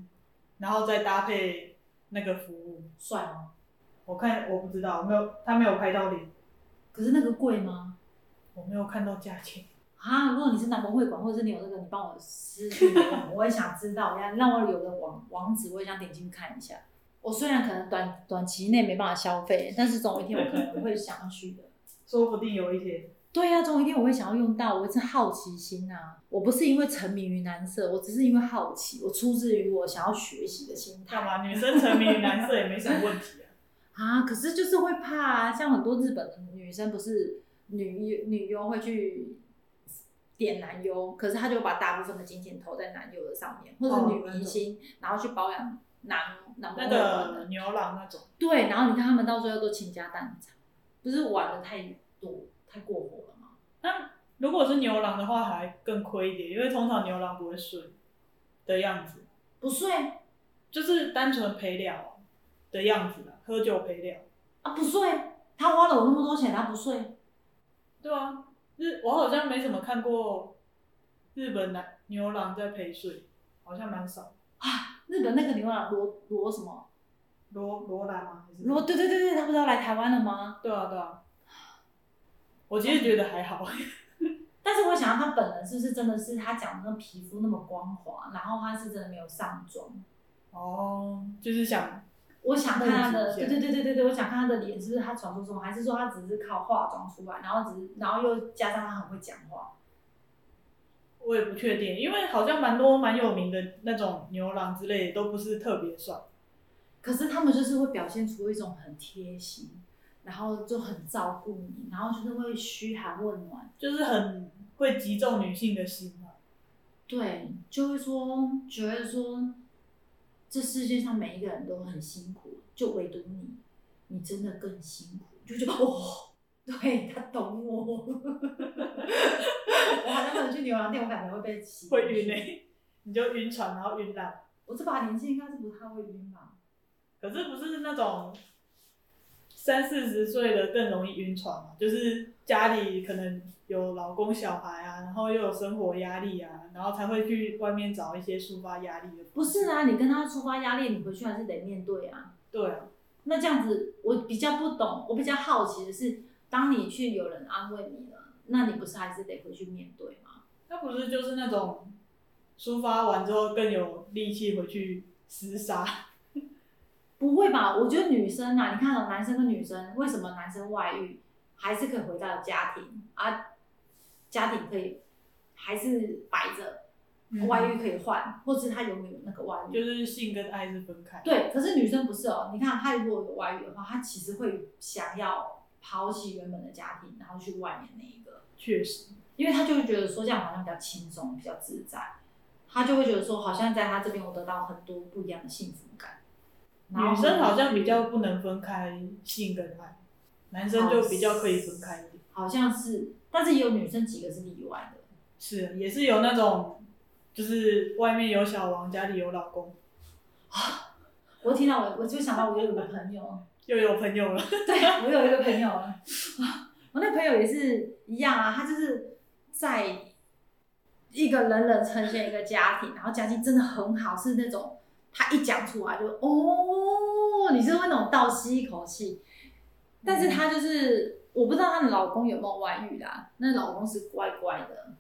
Speaker 2: 然后再搭配那个服务。
Speaker 1: 帅吗？
Speaker 2: 我看我不知道，没有他没有拍到脸，
Speaker 1: 可是那个贵吗？
Speaker 2: 我没有看到价钱。
Speaker 1: 啊，如果你是南博会馆，或者是你有这个，你帮我私信给我， 我也想知道，让让我有个网网址，我也想点进去看一下。我虽然可能短短期内没办法消费，但是总有一天我可能会想要去的。
Speaker 2: 说不定有一些
Speaker 1: 对啊呀、总有一天我会想要用到，我是好奇心啊，我不是因为沉迷于男色，我只是因为好奇，我出自于我想要学习的心态
Speaker 2: 干。嘛？女生沉迷于蓝色也没什么问题啊。
Speaker 1: 啊，可是就是会怕啊，像很多日本的女生不是女女优会去点男优，可是她就把大部分的金钱投在男优的上面，或者
Speaker 2: 哦
Speaker 1: 女明星，然后去保养男男模
Speaker 2: 啊 那
Speaker 1: 的
Speaker 2: 个牛郎那种，
Speaker 1: 对，然后你看他们到最后都倾家荡产，不是玩的太多太过火了吗？
Speaker 2: 那如果是牛郎的话，还更亏一点，因为通常牛郎不会睡的样子，
Speaker 1: 不睡
Speaker 2: 就是单纯陪聊的样子啦，喝酒陪聊。
Speaker 1: 啊，不睡，他花了我那么多钱，他不睡，
Speaker 2: 对啊，日我好像没怎么看过日本男牛郎在陪睡，好像蛮少。
Speaker 1: 日本那个女郎罗罗什么
Speaker 2: 罗罗兰吗？还是
Speaker 1: 罗？对对对对，她不是要来台湾了吗？
Speaker 2: 对啊对啊，我其实觉得还好。
Speaker 1: 但是我想要他本人是不是真的是他讲的那皮肤那么光滑，然后他是真的没有上妆。
Speaker 2: 哦，就是想
Speaker 1: 我想看他
Speaker 2: 那
Speaker 1: 的，
Speaker 2: 你
Speaker 1: 对
Speaker 2: 是
Speaker 1: 对对对对对，我想看他的脸是不是他传说中，还是说他只是靠化妆出来，然后只是然后又加上他很会讲话。
Speaker 2: 我也不确定，因为好像蛮多蛮有名的那种牛郎之类的都不是特别帅。
Speaker 1: 可是他们就是会表现出一种很贴心，然后就很照顾你，然后就是会嘘寒问暖。
Speaker 2: 就是很会击中女性的心嘛。
Speaker 1: 对，就会说觉得说，这世界上每一个人都很辛苦，就唯独你，你真的更辛苦，就觉得哦，对他懂我。 我好像没有去牛郎店，我感觉会被洗。
Speaker 2: 会晕嘞、。欸 你就晕船，然后晕烂。
Speaker 1: 我这把年纪应该是不太会晕 吧？
Speaker 2: 可是不是那种三四十岁的更容易晕船嘛？就是家里可能有老公小孩啊，然后又有生活压力啊，然后才会去外面找一些抒发压力的。
Speaker 1: 不是，啊，你跟他抒发压力，你回去还是得面对啊。
Speaker 2: 对啊，
Speaker 1: 那这样子，我比较不懂，我比较好奇的是，当你去有人安慰你了，那你不是还是得回去面对吗？
Speaker 2: 那不是就是那种抒发完之后更有力气回去厮杀？
Speaker 1: 不会吧？我觉得女生啊，你看哦，男生跟女生，为什么男生外遇还是可以回到家庭啊？家庭可以还是摆着，外遇可以换，或是他有没有那个外遇？
Speaker 2: 嗯就是性跟爱是分开。
Speaker 1: 对，可是女生不是哦。你看，她如果有外遇的话，她其实会想要抛弃原本的家庭，然后去外面那一个，
Speaker 2: 确实，
Speaker 1: 因为她就会觉得说这样好像比较轻松，比较自在。她就会觉得说，好像在她这边我得到很多不一样的幸福感。然后
Speaker 2: 女生好像比较不能分开性跟爱，男生就比较可以分开一点。
Speaker 1: 好像是，但是也有女生几个是例外的。
Speaker 2: 是，也是有那种，就是外面有小王，家里有老公，
Speaker 1: 我听到我我就想到我有一个朋友，
Speaker 2: 又有朋友了。
Speaker 1: 对我有一个朋友，啊我那朋友也是一样啊，他就是在一个冷冷呈现一个家庭，然后家境真的很好，是那种他一讲出来就哦，你是会那种倒吸一口气，但是她就是我不知道她的老公有没有外遇啦，那老公是乖乖的，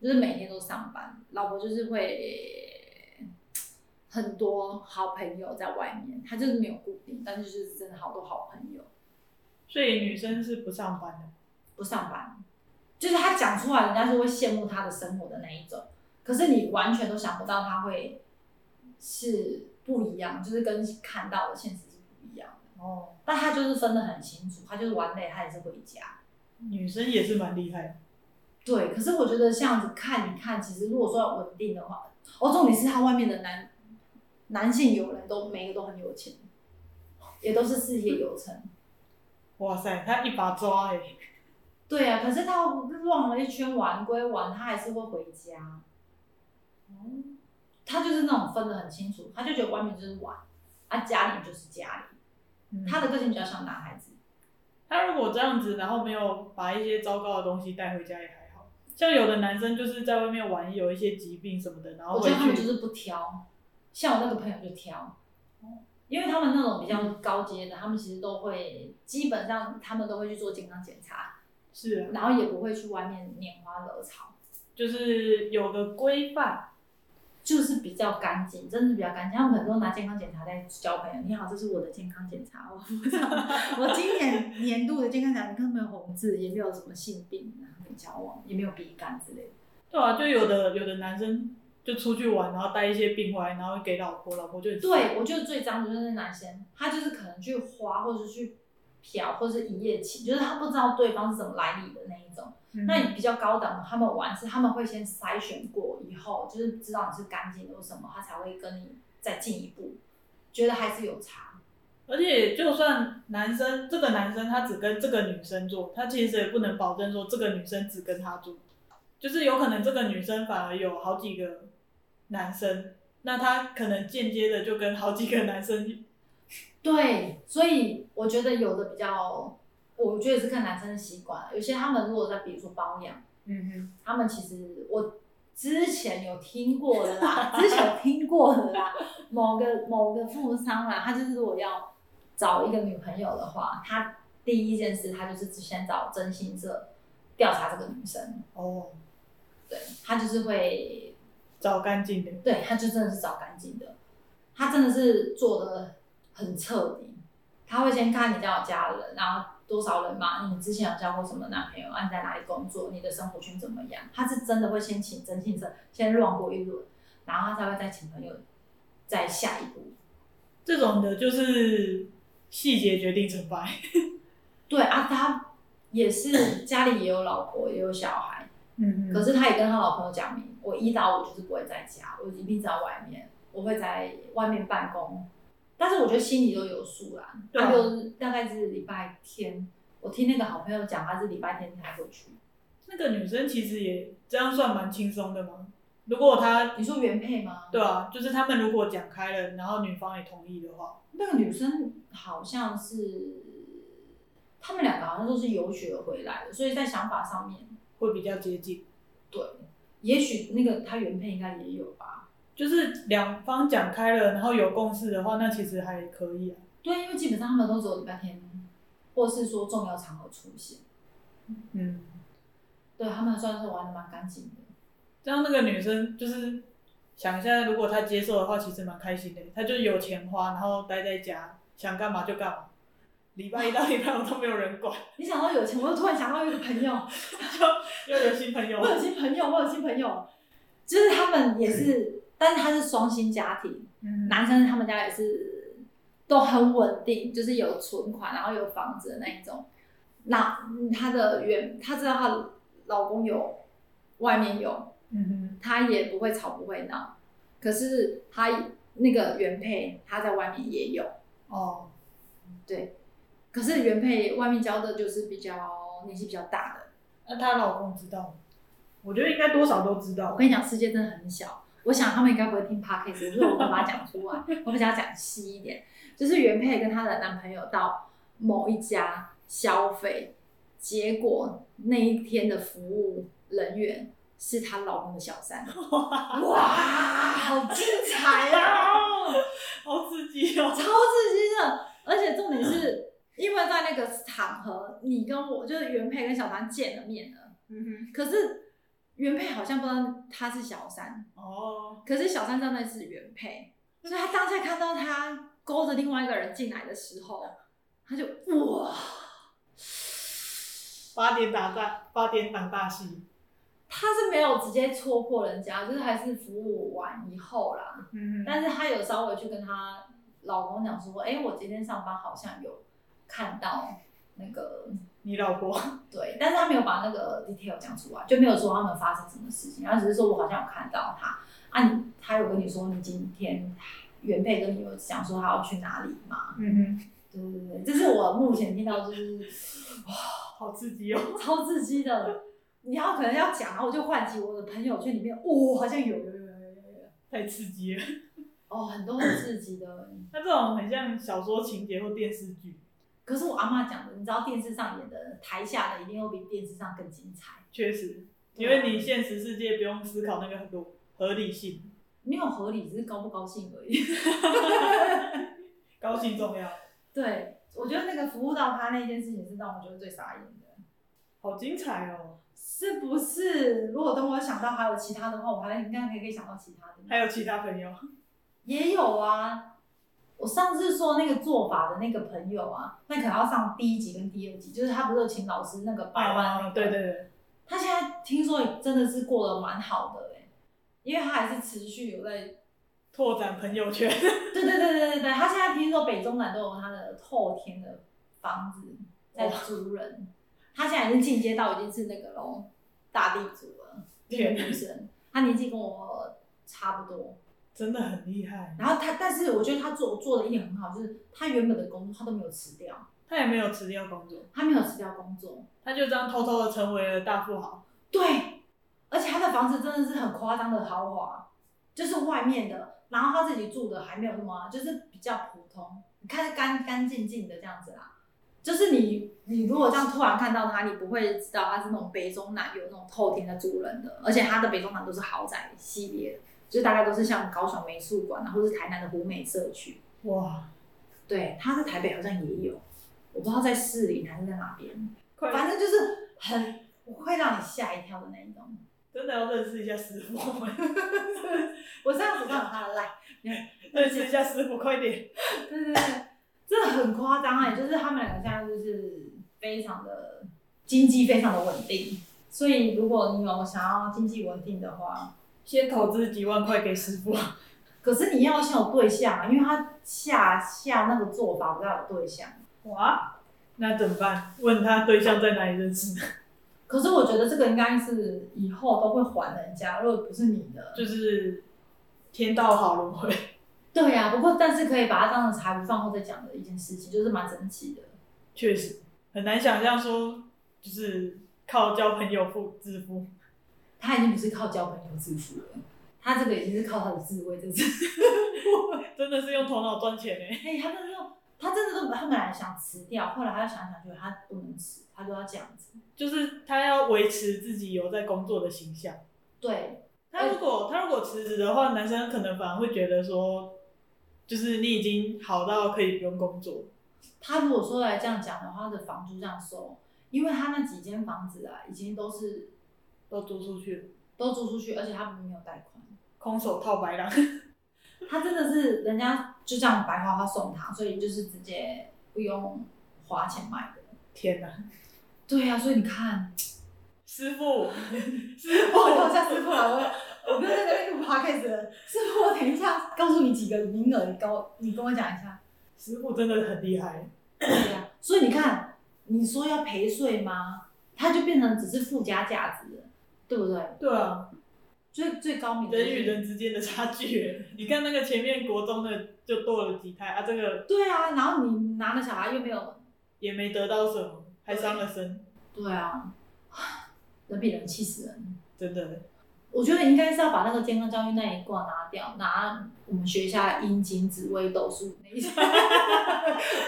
Speaker 1: 就是每天都上班，老婆就是会很多好朋友在外面，她就是没有固定，但是就是真的好多好朋友。
Speaker 2: 所以女生是不上班的。
Speaker 1: 不上班，就是他讲出来，人家就会羡慕他的生活的那一种。可是你完全都想不到他会是不一样，就是跟看到的现实是不一样的。
Speaker 2: 哦，
Speaker 1: 但他就是分得很清楚，他就是玩累，他也是回家。
Speaker 2: 女生也是蛮厉害的。
Speaker 1: 对，可是我觉得这样子看一看，其实如果说要稳定的话，哦，重点是他外面的男男性友人都每个都很有钱，也都是事业有成。
Speaker 2: 哇塞，他一把抓哎、
Speaker 1: 对啊，可是他逛了一圈玩归玩，他还是会回家。
Speaker 2: 哦，
Speaker 1: 他就是那种分得很清楚，他就觉得外面就是玩，啊家里就是家里。他
Speaker 2: 他
Speaker 1: 的个性比较像男孩子，
Speaker 2: 他嗯如果这样子，然后没有把一些糟糕的东西带回家也还好。像有的男生就是在外面玩，有一些疾病什么的，然后
Speaker 1: 我
Speaker 2: 回
Speaker 1: 觉得他们
Speaker 2: 去
Speaker 1: 就是不挑，像我那个朋友就挑，因为他们那种比较高阶的，他们其实都会基本上他们都会去做健康检查，
Speaker 2: 是、啊，
Speaker 1: 然后也不会去外面拈花惹草，
Speaker 2: 就是有个规范。
Speaker 1: 就是比较干净，真的比较干净。他们很多拿健康检查在交朋友，你好，这是我的健康检查，我哦 我今年年度的健康检查，你看没有红字，也没有什么性病，啊然后没交往，也没有鼻感之类的。
Speaker 2: 对啊，就有的有的男生就出去玩，然后带一些病回来，然后给老婆，老婆就很
Speaker 1: 对，我觉得最脏的就是那男生，他就是可能去花，或者是去嫖，或者是一夜情，就是他不知道对方是怎么来历的那一种。
Speaker 2: 嗯
Speaker 1: 那你比较高档的，他们玩是他们会先筛选过，以后就是知道你是干净的或什么，他才会跟你再进一步，觉得还是有差。
Speaker 2: 而且就算男生这个男生他只跟这个女生做，他其实也不能保证说这个女生只跟他做，就是有可能这个女生反而有好几个男生，那他可能间接的就跟好几个男生，
Speaker 1: 对，所以我觉得有的比较，我觉得是看男生的习惯，啊有些他们如果在比如说包养。
Speaker 2: 嗯哼，
Speaker 1: 他们其实我之前有听过的啦，之前有听过的啦，某个某个富商啦，他就是如果要找一个女朋友的话，他第一件事他就是先找征信社调查这个女生，
Speaker 2: 哦，
Speaker 1: 对他就是会，
Speaker 2: 找干净的，
Speaker 1: 对他就真的是找干净的，他真的是做的很彻底，他会先看你家有家人，然后。多少人嘛？你之前有交过什么男朋友？啊，你在哪里工作？你的生活圈怎么样？他是真的会先请征信社先乱过一轮，然后他才会再请朋友，再下一步。
Speaker 2: 这种的就是细节决定成败，
Speaker 1: 对啊，他也是家里也有老婆也有小孩，
Speaker 2: 嗯
Speaker 1: 可是他也跟他老婆讲明，我一到五就是不会在家，我一定在外面，我会在外面办公。但是我觉得心里都有数啦。
Speaker 2: 对啊
Speaker 1: 他就是大概是礼拜天，我听那个好朋友讲，他是礼拜天才回去。
Speaker 2: 那个女生其实也这样算蛮轻松的嘛，如果他
Speaker 1: 你说原配吗？
Speaker 2: 对啊，就是他们如果讲开了，然后女方也同意的话，
Speaker 1: 那个女生好像是，他们两个好像都是游学回来的，所以在想法上面，
Speaker 2: 会比较接近。
Speaker 1: 对，也许那个她原配应该也有吧。
Speaker 2: 就是两方讲开了，然后有共识的话，那其实还可以啊。
Speaker 1: 对，因为基本上他们都只有礼拜天
Speaker 5: 或是说重要场合出现。
Speaker 2: 嗯，
Speaker 5: 对他们算是玩的蛮干净的。
Speaker 2: 这样那个女生就是想一下，如果她接受的话，其实蛮开心的。她就有钱花，然后待在家，想干嘛就干嘛。礼拜一到礼拜五都没有人管，
Speaker 1: 你想到有钱，我又突然想到一个朋友，
Speaker 2: 又有新朋友
Speaker 1: 我。有新朋友，我有新朋友，就是他们也是，但是他是双薪家庭，
Speaker 2: 嗯
Speaker 1: 男生他们家也是都很稳定，就是有存款，然后有房子的那一种。那嗯她的原，她知道她的老公有外面有，
Speaker 2: 嗯
Speaker 1: 她也不会吵不会闹，可是她那个原配她在外面也有，
Speaker 2: 哼，哦，
Speaker 1: 对，可是原配外面交的就是比较年纪比较大的。
Speaker 2: 那她老公知道吗？我觉得应该多少都知道
Speaker 1: 我。跟你讲，世界真的很小。我想他们应该不会听 podcast，如果我们把它讲出来，我比较讲细一点。就是原配跟她的男朋友到某一家消费，结果那一天的服务人员是她老公的小三。 哇，好精彩 啊！
Speaker 2: 好刺激哦
Speaker 1: 超！刺激的，而且重点是因为在那个场合，你跟我就是原配跟小三见了面了，
Speaker 2: 嗯
Speaker 1: 可是原配好像不知道他是小三。
Speaker 2: 哼，哦，
Speaker 1: 可是小三知道那是原配，所以他当下看到他勾着另外一个人进来的时候，他就哇，
Speaker 2: 八点打大，八点档大戏。
Speaker 1: 他是没有直接戳破人家，就是还是服务完以后啦。
Speaker 2: 嗯哼，
Speaker 1: 但是她有稍微去跟她老公讲说，哎、我今天上班好像有看到那个
Speaker 2: 你老婆，
Speaker 1: 对，但是他没有把那个 detail 讲出来，就没有说他们发生什么事情，他只是说我好像有看到他啊你，他有跟你说你今天原配跟你有讲说他要去哪里吗？
Speaker 2: 嗯哼，
Speaker 1: 对对对，这是我目前听到就是
Speaker 2: 好刺激哦！
Speaker 1: 超刺激的。你要可能要讲，然后我就唤起我的朋友圈里面，哦，好像有有有有有有有，
Speaker 2: 太刺激了。
Speaker 1: 哦，很多很刺激的。
Speaker 2: 那这种很像小说情节或电视剧，
Speaker 1: 可是我阿妈讲的，你知道电视上演的，台下的一定会比电视上更精彩，
Speaker 2: 确实，因为你现实世界不用思考那个很多合理性，
Speaker 1: 没有合理，只是高不高兴而已。
Speaker 2: 高兴重要，
Speaker 1: 对，我觉得那个服务到他那件事情是让我觉得最傻眼的，
Speaker 2: 好精彩哦！
Speaker 1: 是不是？如果等我想到还有其他的话，我还应该还可以想到其他的。
Speaker 2: 还有其他朋友，
Speaker 1: 也有啊，我上次说那个做法的那个朋友啊，那可能要上第一集跟第二集，就是他不是有请老师那个百万那个、
Speaker 2: 啊对对对，
Speaker 1: 他现在听说真的是过得蛮好的哎、因为他还是持续有在，
Speaker 2: 拓展朋友圈，
Speaker 1: 对对对对对对，他现在听说北中南都有他的透天的房子在租人，他现在已经进阶到已经是那个喽大地主了，那个女生，她年纪跟我差不多，
Speaker 2: 真的很厉害。
Speaker 1: 然后他，但是我觉得他做做的一点很好，就是他原本的工作他都没有辞掉，
Speaker 2: 他也没有辞掉工作，
Speaker 1: 他没有辞掉工作，
Speaker 2: 他就这样偷偷的成为了大富豪。
Speaker 1: 对，而且他的房子真的是很夸张的豪华，就是外面的，然后他自己住的还没有那么，啊就是比较普通，你看干干净净的这样子啦。就是你，你如果这样突然看到他，你不会知道他是那种北中南有那种透天的租人的，而且他的北中南都是豪宅系列的，就是大概都是像高雄美术馆啊，或是台南的湖美社区。
Speaker 2: 哇，
Speaker 1: 对，他在台北好像也有，我不知道在士林还是在哪边，
Speaker 2: 快
Speaker 1: 反正就是很会让你吓一跳的那一种。
Speaker 2: 真的要认识一下师傅，
Speaker 1: 我上次看到他的赖，
Speaker 2: 认识一下师傅，快点！
Speaker 1: 对对对，这很夸张哎，就是他们两个现在就是非常的经济非常的稳定，所以如果你有想要经济稳定的话，
Speaker 2: 先投资几万块给师傅，
Speaker 1: 可是你要先有对象啊，因为他下下那个做法不要有对象。
Speaker 2: 哇，那怎么办？问他对象在哪里认识？
Speaker 1: 可是我觉得这个应该是以后都会还人家，如果不是你的，
Speaker 2: 就是天道好轮回，
Speaker 1: 对呀、不过但是可以把它当成财务账户在讲的一件事情，就是蛮神奇的。
Speaker 2: 确实很难想象说就是靠交朋友富致富。
Speaker 1: 他已经不是靠交朋友致富了，他这个已经是靠他的智慧，真是。
Speaker 2: 真的是用头脑赚钱哎、
Speaker 1: 哎、他那时候他真的都他本来想辞掉，后来他想想觉得他不能辞，他就要这样子。
Speaker 2: 就是他要维持自己有在工作的形象。
Speaker 1: 对，
Speaker 2: 他如果他如果辞职的话，男生可能反而会觉得说，就是你已经好到可以不用工作，
Speaker 1: 他如果说来这样讲的话，他的房租这样收，因为他那几间房子啊，已经都是
Speaker 2: 都租出去了，
Speaker 1: 都租出去，而且他们没有贷款，
Speaker 2: 空手套白狼。
Speaker 1: 他真的是人家就这样白花花送他，所以就是直接不用花钱买的。
Speaker 2: 天哪，
Speaker 1: 对呀、所以你看，
Speaker 2: 师傅， 师
Speaker 1: 我
Speaker 2: 傅，
Speaker 1: 等一下师傅来问，我不要在那边录 podcast 了。师傅，我等一下告诉你几个名额，你跟我你跟我讲一下。
Speaker 2: 师傅真的很厉害。
Speaker 1: 对呀、所以你看，你说要陪睡吗？它就变成只是附加价值了，对不对？
Speaker 2: 对啊，
Speaker 1: 最最高明的
Speaker 2: 人与人之间的差距， 你看那个前面国中的就多了几胎啊，这个
Speaker 1: 对啊，然后你拿了小孩又没有，
Speaker 2: 也没得到什么，还伤了身，
Speaker 1: 对啊， 人比人气死人。
Speaker 2: 真的。
Speaker 1: 我觉得应该是要把那个健康教育那一挂拿掉，拿我们学一下阴茎、紫微斗数那 一些，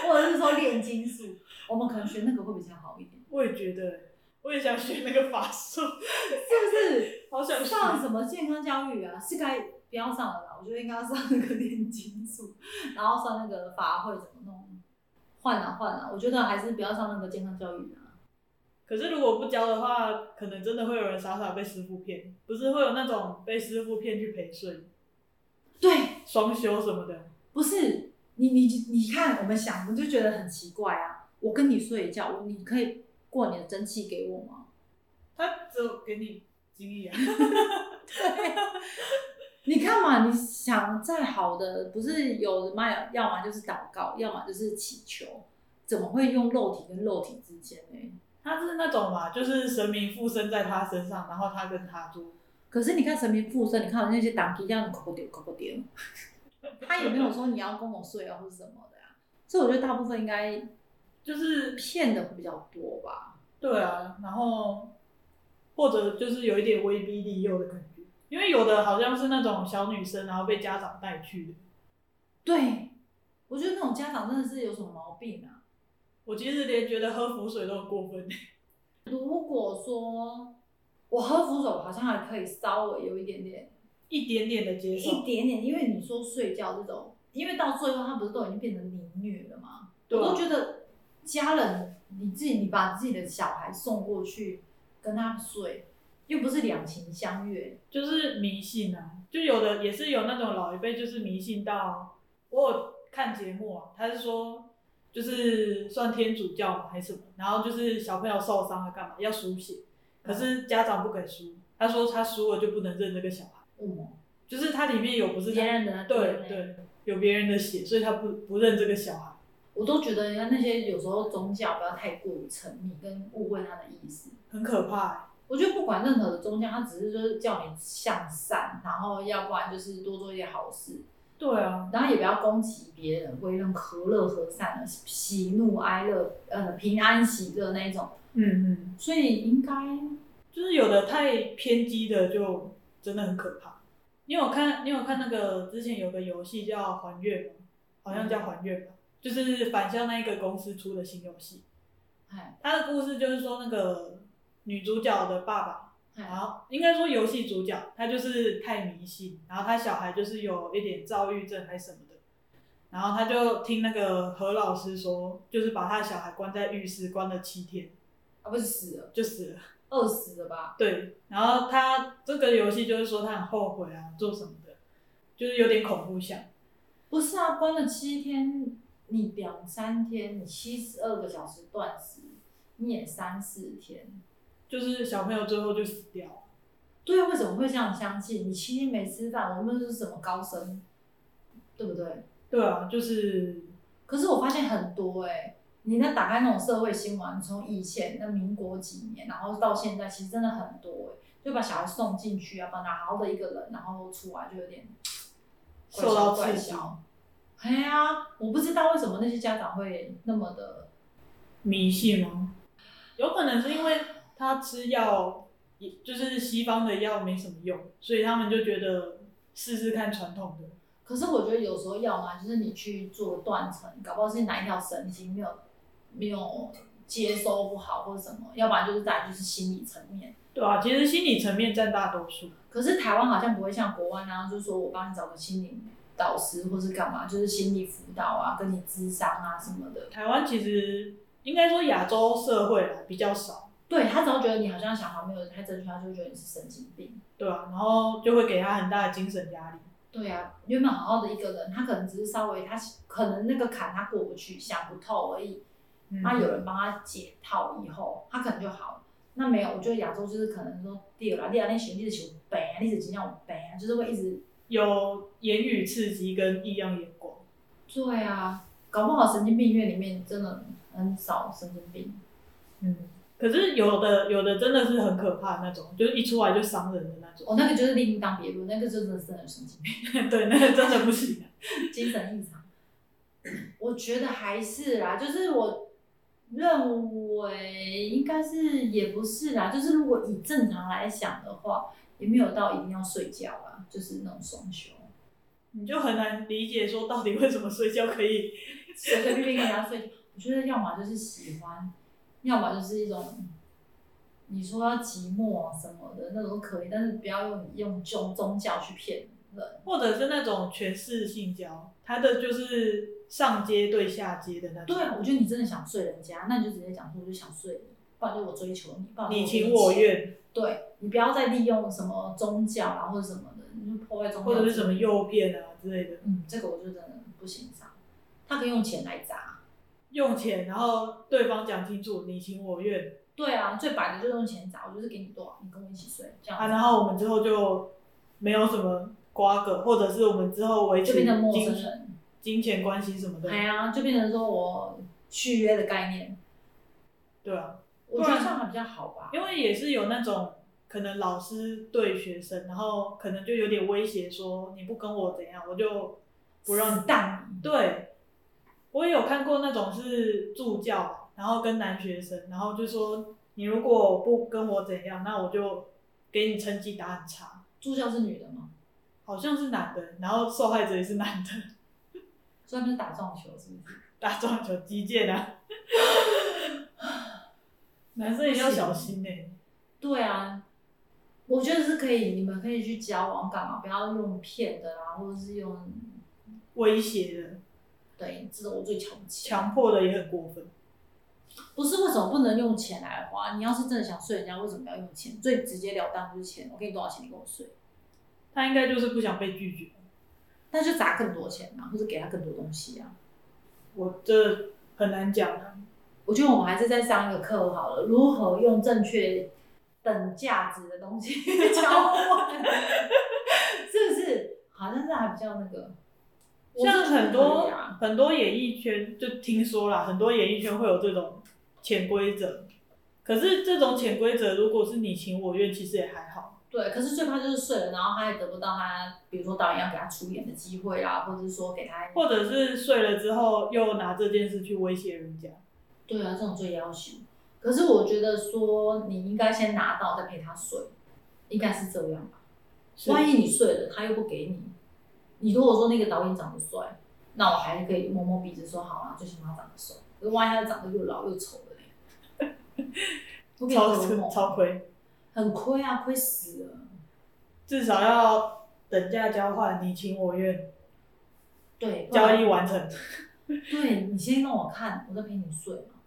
Speaker 1: 或者是说炼金术，我们可能学那个会比较好一点，
Speaker 2: 我也觉得，我也想学那个法术，
Speaker 1: 是不是？
Speaker 2: 好想学。
Speaker 1: 上什么健康教育啊？是该不要上了啦，我觉得应该要上那个炼金术， 然后上那个法会怎么弄，换啊换啊，我觉得还是不要上那个健康教育啊。
Speaker 2: 可是如果不教的话，可能真的会有人傻傻被师傅骗，不是会有那种被师傅骗去陪睡、
Speaker 1: 对，
Speaker 2: 双休什么的。
Speaker 1: 不是你你你看，我们想我就觉得很奇怪啊。我跟你睡一觉，我你可以过你的蒸汽给我吗？
Speaker 2: 他只有给你经历啊，
Speaker 1: 你看嘛，你想再好的，不是有嘛，要么就是祷告，要么就是祈求，怎么会用肉体跟肉体之间呢？
Speaker 2: 他是那种嘛，就是神明附身在他身上，然后他跟他做。
Speaker 1: 可是你看神明附身，你看我那些党基这样抠抠丢抠抠丢，他也没有说你要跟我睡啊或者什么的啊，所以我觉得大部分应该
Speaker 2: 就是
Speaker 1: 骗的会比较多吧。
Speaker 2: 对啊，然后或者就是有一点威逼利诱的感觉，因为有的好像是那种小女生，然后被家长带去的。
Speaker 1: 对，我觉得那种家长真的是有什么毛病啊？
Speaker 2: 我其实连觉得喝符水都很过分，
Speaker 1: 如果说我喝符水，我好像还可以稍微有一点点，
Speaker 2: 一点点的接
Speaker 1: 一
Speaker 2: 受。
Speaker 1: 点点，因为你说睡觉这种，因为到最后他不是都已经变成凌虐了吗？
Speaker 2: 对
Speaker 1: 我
Speaker 2: 啊
Speaker 1: 都觉得家人，你自己你把自己的小孩送过去跟他睡，又不是两情相悦，
Speaker 2: 就是迷信啊，就有的也是有那种老一辈，就是迷信到我有看节目啊，他是说就是算天主教嘛还是什么，然后就是小朋友受伤了啊干嘛要输血，可是家长不肯输，他说他输了就不能认这个小孩，
Speaker 1: 嗯，
Speaker 2: 就是它里面有不是他
Speaker 1: 别人的
Speaker 2: 对，对有别人的血，所以他不不认这个小孩，
Speaker 1: 我都觉得人家那些有时候宗教不要太过于沉迷跟误会他的意思。
Speaker 2: 很可怕、欸
Speaker 1: 我觉得不管任何的宗教，他只是就是叫你向善，然后要不然就是多做一些好事，
Speaker 2: 对啊，
Speaker 1: 然后也不要攻击别人，为人和乐和善，喜怒哀乐，呃，平安喜乐那一种。
Speaker 2: 嗯嗯，
Speaker 1: 所以应该
Speaker 2: 就是有的太偏激的就真的很可怕。你有看你有看那个之前有个游戏叫《还愿》吗？好像叫《还愿》吧，就是返校那一个公司出的新游戏。
Speaker 1: 哎
Speaker 2: 它的故事就是说那个女主角的爸爸然
Speaker 1: 哎，
Speaker 2: 后应该说游戏主角他就是太迷信，然后他小孩就是有一点躁郁症还是什么的，然后他就听那个何老师说，就是把他小孩关在浴室关了七天
Speaker 1: 啊，不是死了，
Speaker 2: 就死了。
Speaker 1: 饿死了吧？
Speaker 2: 对，然后他这个游戏就是说他很后悔啊，做什么的，就是有点恐怖像。
Speaker 1: 不是啊，关了七天，你两三天，你七十二个小时断食，你也三四天。
Speaker 2: 就是小朋友最后就死掉了。
Speaker 1: 对啊，为什么会这样相信？你七天没吃饭，我们是什么高僧，对不对？
Speaker 2: 对啊，就是
Speaker 1: 可是我发现很多哎、你那打开那种社会新闻，从以前那民国几年，然后到现在，其实真的很多哎、就把小孩送进去啊，本来好好的一个人，然后出来就有点
Speaker 2: 受到
Speaker 1: 怪小
Speaker 2: 刺
Speaker 1: 怪
Speaker 2: 激，
Speaker 1: 小哎呀，我不知道为什么那些家长会那么的，
Speaker 2: 迷信吗？有可能是因为他吃药，也就是西方的药没什么用，所以他们就觉得试试看传统的。
Speaker 1: 可是我觉得有时候要嘛，就是你去做断层，搞不好是哪一条神经没有没有接收不好或者什么，要不然就是再来就是心理层面。
Speaker 2: 对啊，其实心理层面占大多数。
Speaker 1: 可是台湾好像不会像国外那样，就说我帮你找个心灵导师或是干嘛，就是心理辅导啊，跟你咨商啊什么的。
Speaker 2: 台湾其实应该说亚洲社会啊比较少，
Speaker 1: 对他只要觉得你好像想法没有太正确，他就会觉得你是神经病。
Speaker 2: 对吧、然后就会给他很大的精神压力。
Speaker 1: 对啊，原本好好的一个人，他可能只是稍微他可能那个坎他过不去，想不透而已。
Speaker 2: 嗯
Speaker 1: 啊那有人帮他解套以后，他可能就好了。那没有，我觉得亚洲就是可能说，对啦，你啊，那选你是有病啊，你是真正有病啊，就是会一直
Speaker 2: 有言语刺激跟异样眼光，
Speaker 1: 对啊，搞不好神经病院里面真的很少神经病。
Speaker 2: 嗯，可是有的有的真的是很可怕的那种，就是一出来就伤人的那种，
Speaker 1: 哦，那个就是另当别论，那个就真的是真的神经病，
Speaker 2: 对，那个真的不行。
Speaker 1: 精神异常。我觉得还是啦，就是我认为应该是也不是啦，就是如果以正常来想的话，也没有到一定要睡觉啦，就是那种双休，
Speaker 2: 你就很难理解说到底为什么睡觉可以，
Speaker 1: 随随便便跟人家睡觉。我觉得要么就是喜欢，要么就是一种。你说要寂寞啊什么的那种可以，但是不要用用宗宗教去骗人。
Speaker 2: 或者是那种权势性交，他的就是上街对下街的那种，
Speaker 1: 对啊，我觉得你真的想睡人家，那你就直接讲说我就想睡你，不然就我追求你，不然就
Speaker 2: 你
Speaker 1: 给
Speaker 2: 情
Speaker 1: 你
Speaker 2: 我
Speaker 1: 钱。
Speaker 2: 愿，
Speaker 1: 对你不要再利用什么宗教啊或者什么的，你就破坏宗教
Speaker 2: 或者是什么
Speaker 1: 之类的。
Speaker 2: 诱骗啊之类的，
Speaker 1: 嗯，这个我就真的不欣赏。他可以用钱来砸。
Speaker 2: 用钱，然后对方讲清楚你情我愿
Speaker 1: 对啊，最白的就是用钱砸，我就是给你多少，你跟我一起睡，这样子、
Speaker 2: 啊，然后我们之后就没有什么瓜葛，或者是我们之后维
Speaker 1: 就
Speaker 2: 持
Speaker 1: 变成陌生
Speaker 2: 金
Speaker 1: 人。
Speaker 2: 金钱关系什么的，
Speaker 1: 哎呀，就变成说我续约的概念，
Speaker 2: 对啊，
Speaker 1: 我觉得这样还比较好吧。
Speaker 2: 因为也是有那种可能老师对学生，然后可能就有点威胁说你不跟我怎样，我就不让你。
Speaker 1: 当你
Speaker 2: 对，我也有看过那种是助教，然后跟男学生，然后就说你如果不跟我怎样，那我就给你成绩打很差，
Speaker 1: 助教是女的嘛，
Speaker 2: 好像是男的，然后受害者也是男的，
Speaker 1: 所以他们是打撞球是不是？
Speaker 2: 打撞球击剑啊， 男生也要小心欸呢、
Speaker 1: 对啊，我觉得是可以，你们可以去交往干嘛？不要用骗的啦，或者是用
Speaker 2: 威胁的、
Speaker 1: 对，这种我最瞧不起。
Speaker 2: 强迫的也很过分。
Speaker 1: 不是为什么不能用钱来花？你要是真的想睡人家，为什么要用钱？最直截了当就是钱，我给你多少钱，你跟我睡，
Speaker 2: 他应该就是不想被拒绝。
Speaker 1: 那就砸更多钱啊，或者给他更多东西啊。
Speaker 2: 我这很难讲啊。
Speaker 1: 我觉得我们还是再上一个课好了，如何用正确等价值的东西 交换， 是不是？好像这还比较那个，我
Speaker 2: 像
Speaker 1: 是觉得
Speaker 2: 很多
Speaker 1: 可以啊
Speaker 2: 很多演艺圈就听说啦，很多演艺圈会有这种潜规则。可是这种潜规则，如果是你情我愿，其实也还好。
Speaker 1: 对，可是最怕就是睡了，然后他也得不到他，比如说导演要给他出演的机会啦，或者是说给他，
Speaker 2: 或者是睡了之后又拿这件事去威胁人家，
Speaker 1: 对啊，这种最要求。可是我觉得说你应该先拿到再陪他睡，应该是这样吧。
Speaker 2: 是
Speaker 1: 万一你睡了，他又不给你，你如果说那个导演长得帅，那我还可以摸摸鼻子说好啊，最起码他长得帅。可是万一他长得又老又丑的嘞， 不给你
Speaker 2: 超
Speaker 1: 做梦
Speaker 2: 超亏，
Speaker 1: 很亏啊，亏死了。
Speaker 2: 至少要等价交换，你情我愿，
Speaker 1: 对，不
Speaker 2: 交
Speaker 1: 然
Speaker 2: 易完成。
Speaker 1: 对你先让我看，我再陪你睡嘛，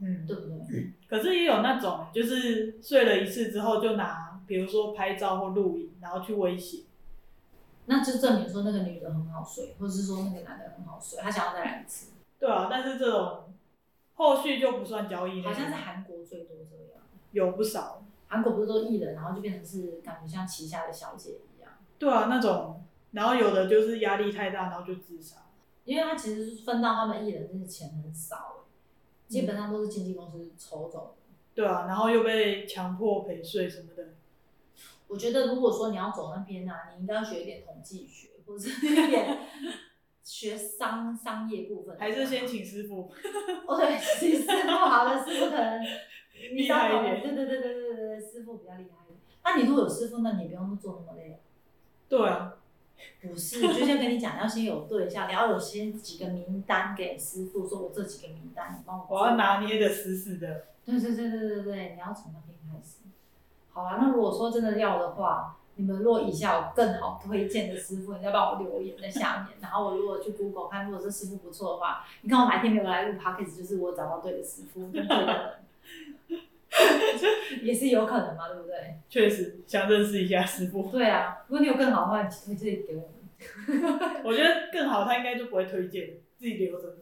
Speaker 2: 嗯，
Speaker 1: 对不对？
Speaker 2: 可是也有那种，就是睡了一次之后就拿，比如说拍照或录影，然后去威胁。
Speaker 1: 那就证明说那个女的很好睡，或者是说那个男的很好睡，他想要再来一次，
Speaker 2: 对啊，但是这种后续就不算交易了，
Speaker 1: 好像是韩国最多这样。
Speaker 2: 有不少。
Speaker 1: 韩国不是都艺人，然后就变成是感觉像旗下的小姐一样，
Speaker 2: 对啊，那种，然后有的就是压力太大，然后就自杀。
Speaker 1: 因为他其实分到他们艺人真的钱很少、欸，基本上都是经纪公司抽走的。
Speaker 2: 对啊，然后又被强迫陪睡什么的。
Speaker 1: 我觉得如果说你要走那边啊，你应该要学一点统计学，或者是一点 学商商业部分的，
Speaker 2: 还是先请师傅，
Speaker 1: 哦，对，师傅好了，师傅可 能
Speaker 2: 厉害一点
Speaker 1: 对对对对对对对，师傅比较厉害一点。那你如果有师傅，那你不用做那么累。
Speaker 2: 对啊，
Speaker 1: 不是，就像跟你讲，要先有对象，你要有先几个名单给师傅，说我这几个名单，你帮我做。
Speaker 2: 我要拿捏的死死的。
Speaker 1: 对对对对对对，你要从那边开始。好啊，那如果说真的要的话，你们若以下有更好推荐的师傅，你再帮我留言在下面。然后我如果去 Google 看，如果这师傅不错的话，你看我哪一天没有来录 podcast，就是我找到对的师傅跟对的人， 也是有可能嘛，对不对？
Speaker 2: 确实想认识一下师傅。
Speaker 1: 对啊，如果你有更好的话，你推荐给我们。
Speaker 2: 我觉得更好，他应该就不会推荐，自己留着。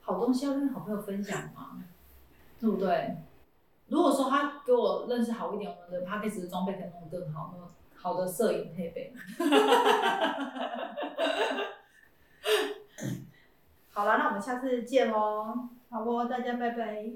Speaker 1: 好东西要跟好朋友分享嘛，对不对？如果说他给我认识好一点，我们的 p a c k a g e 的装备可以弄得更好，那么好的摄影配 备。
Speaker 6: 哦好了，那我们下次见喽，好不？大家拜拜。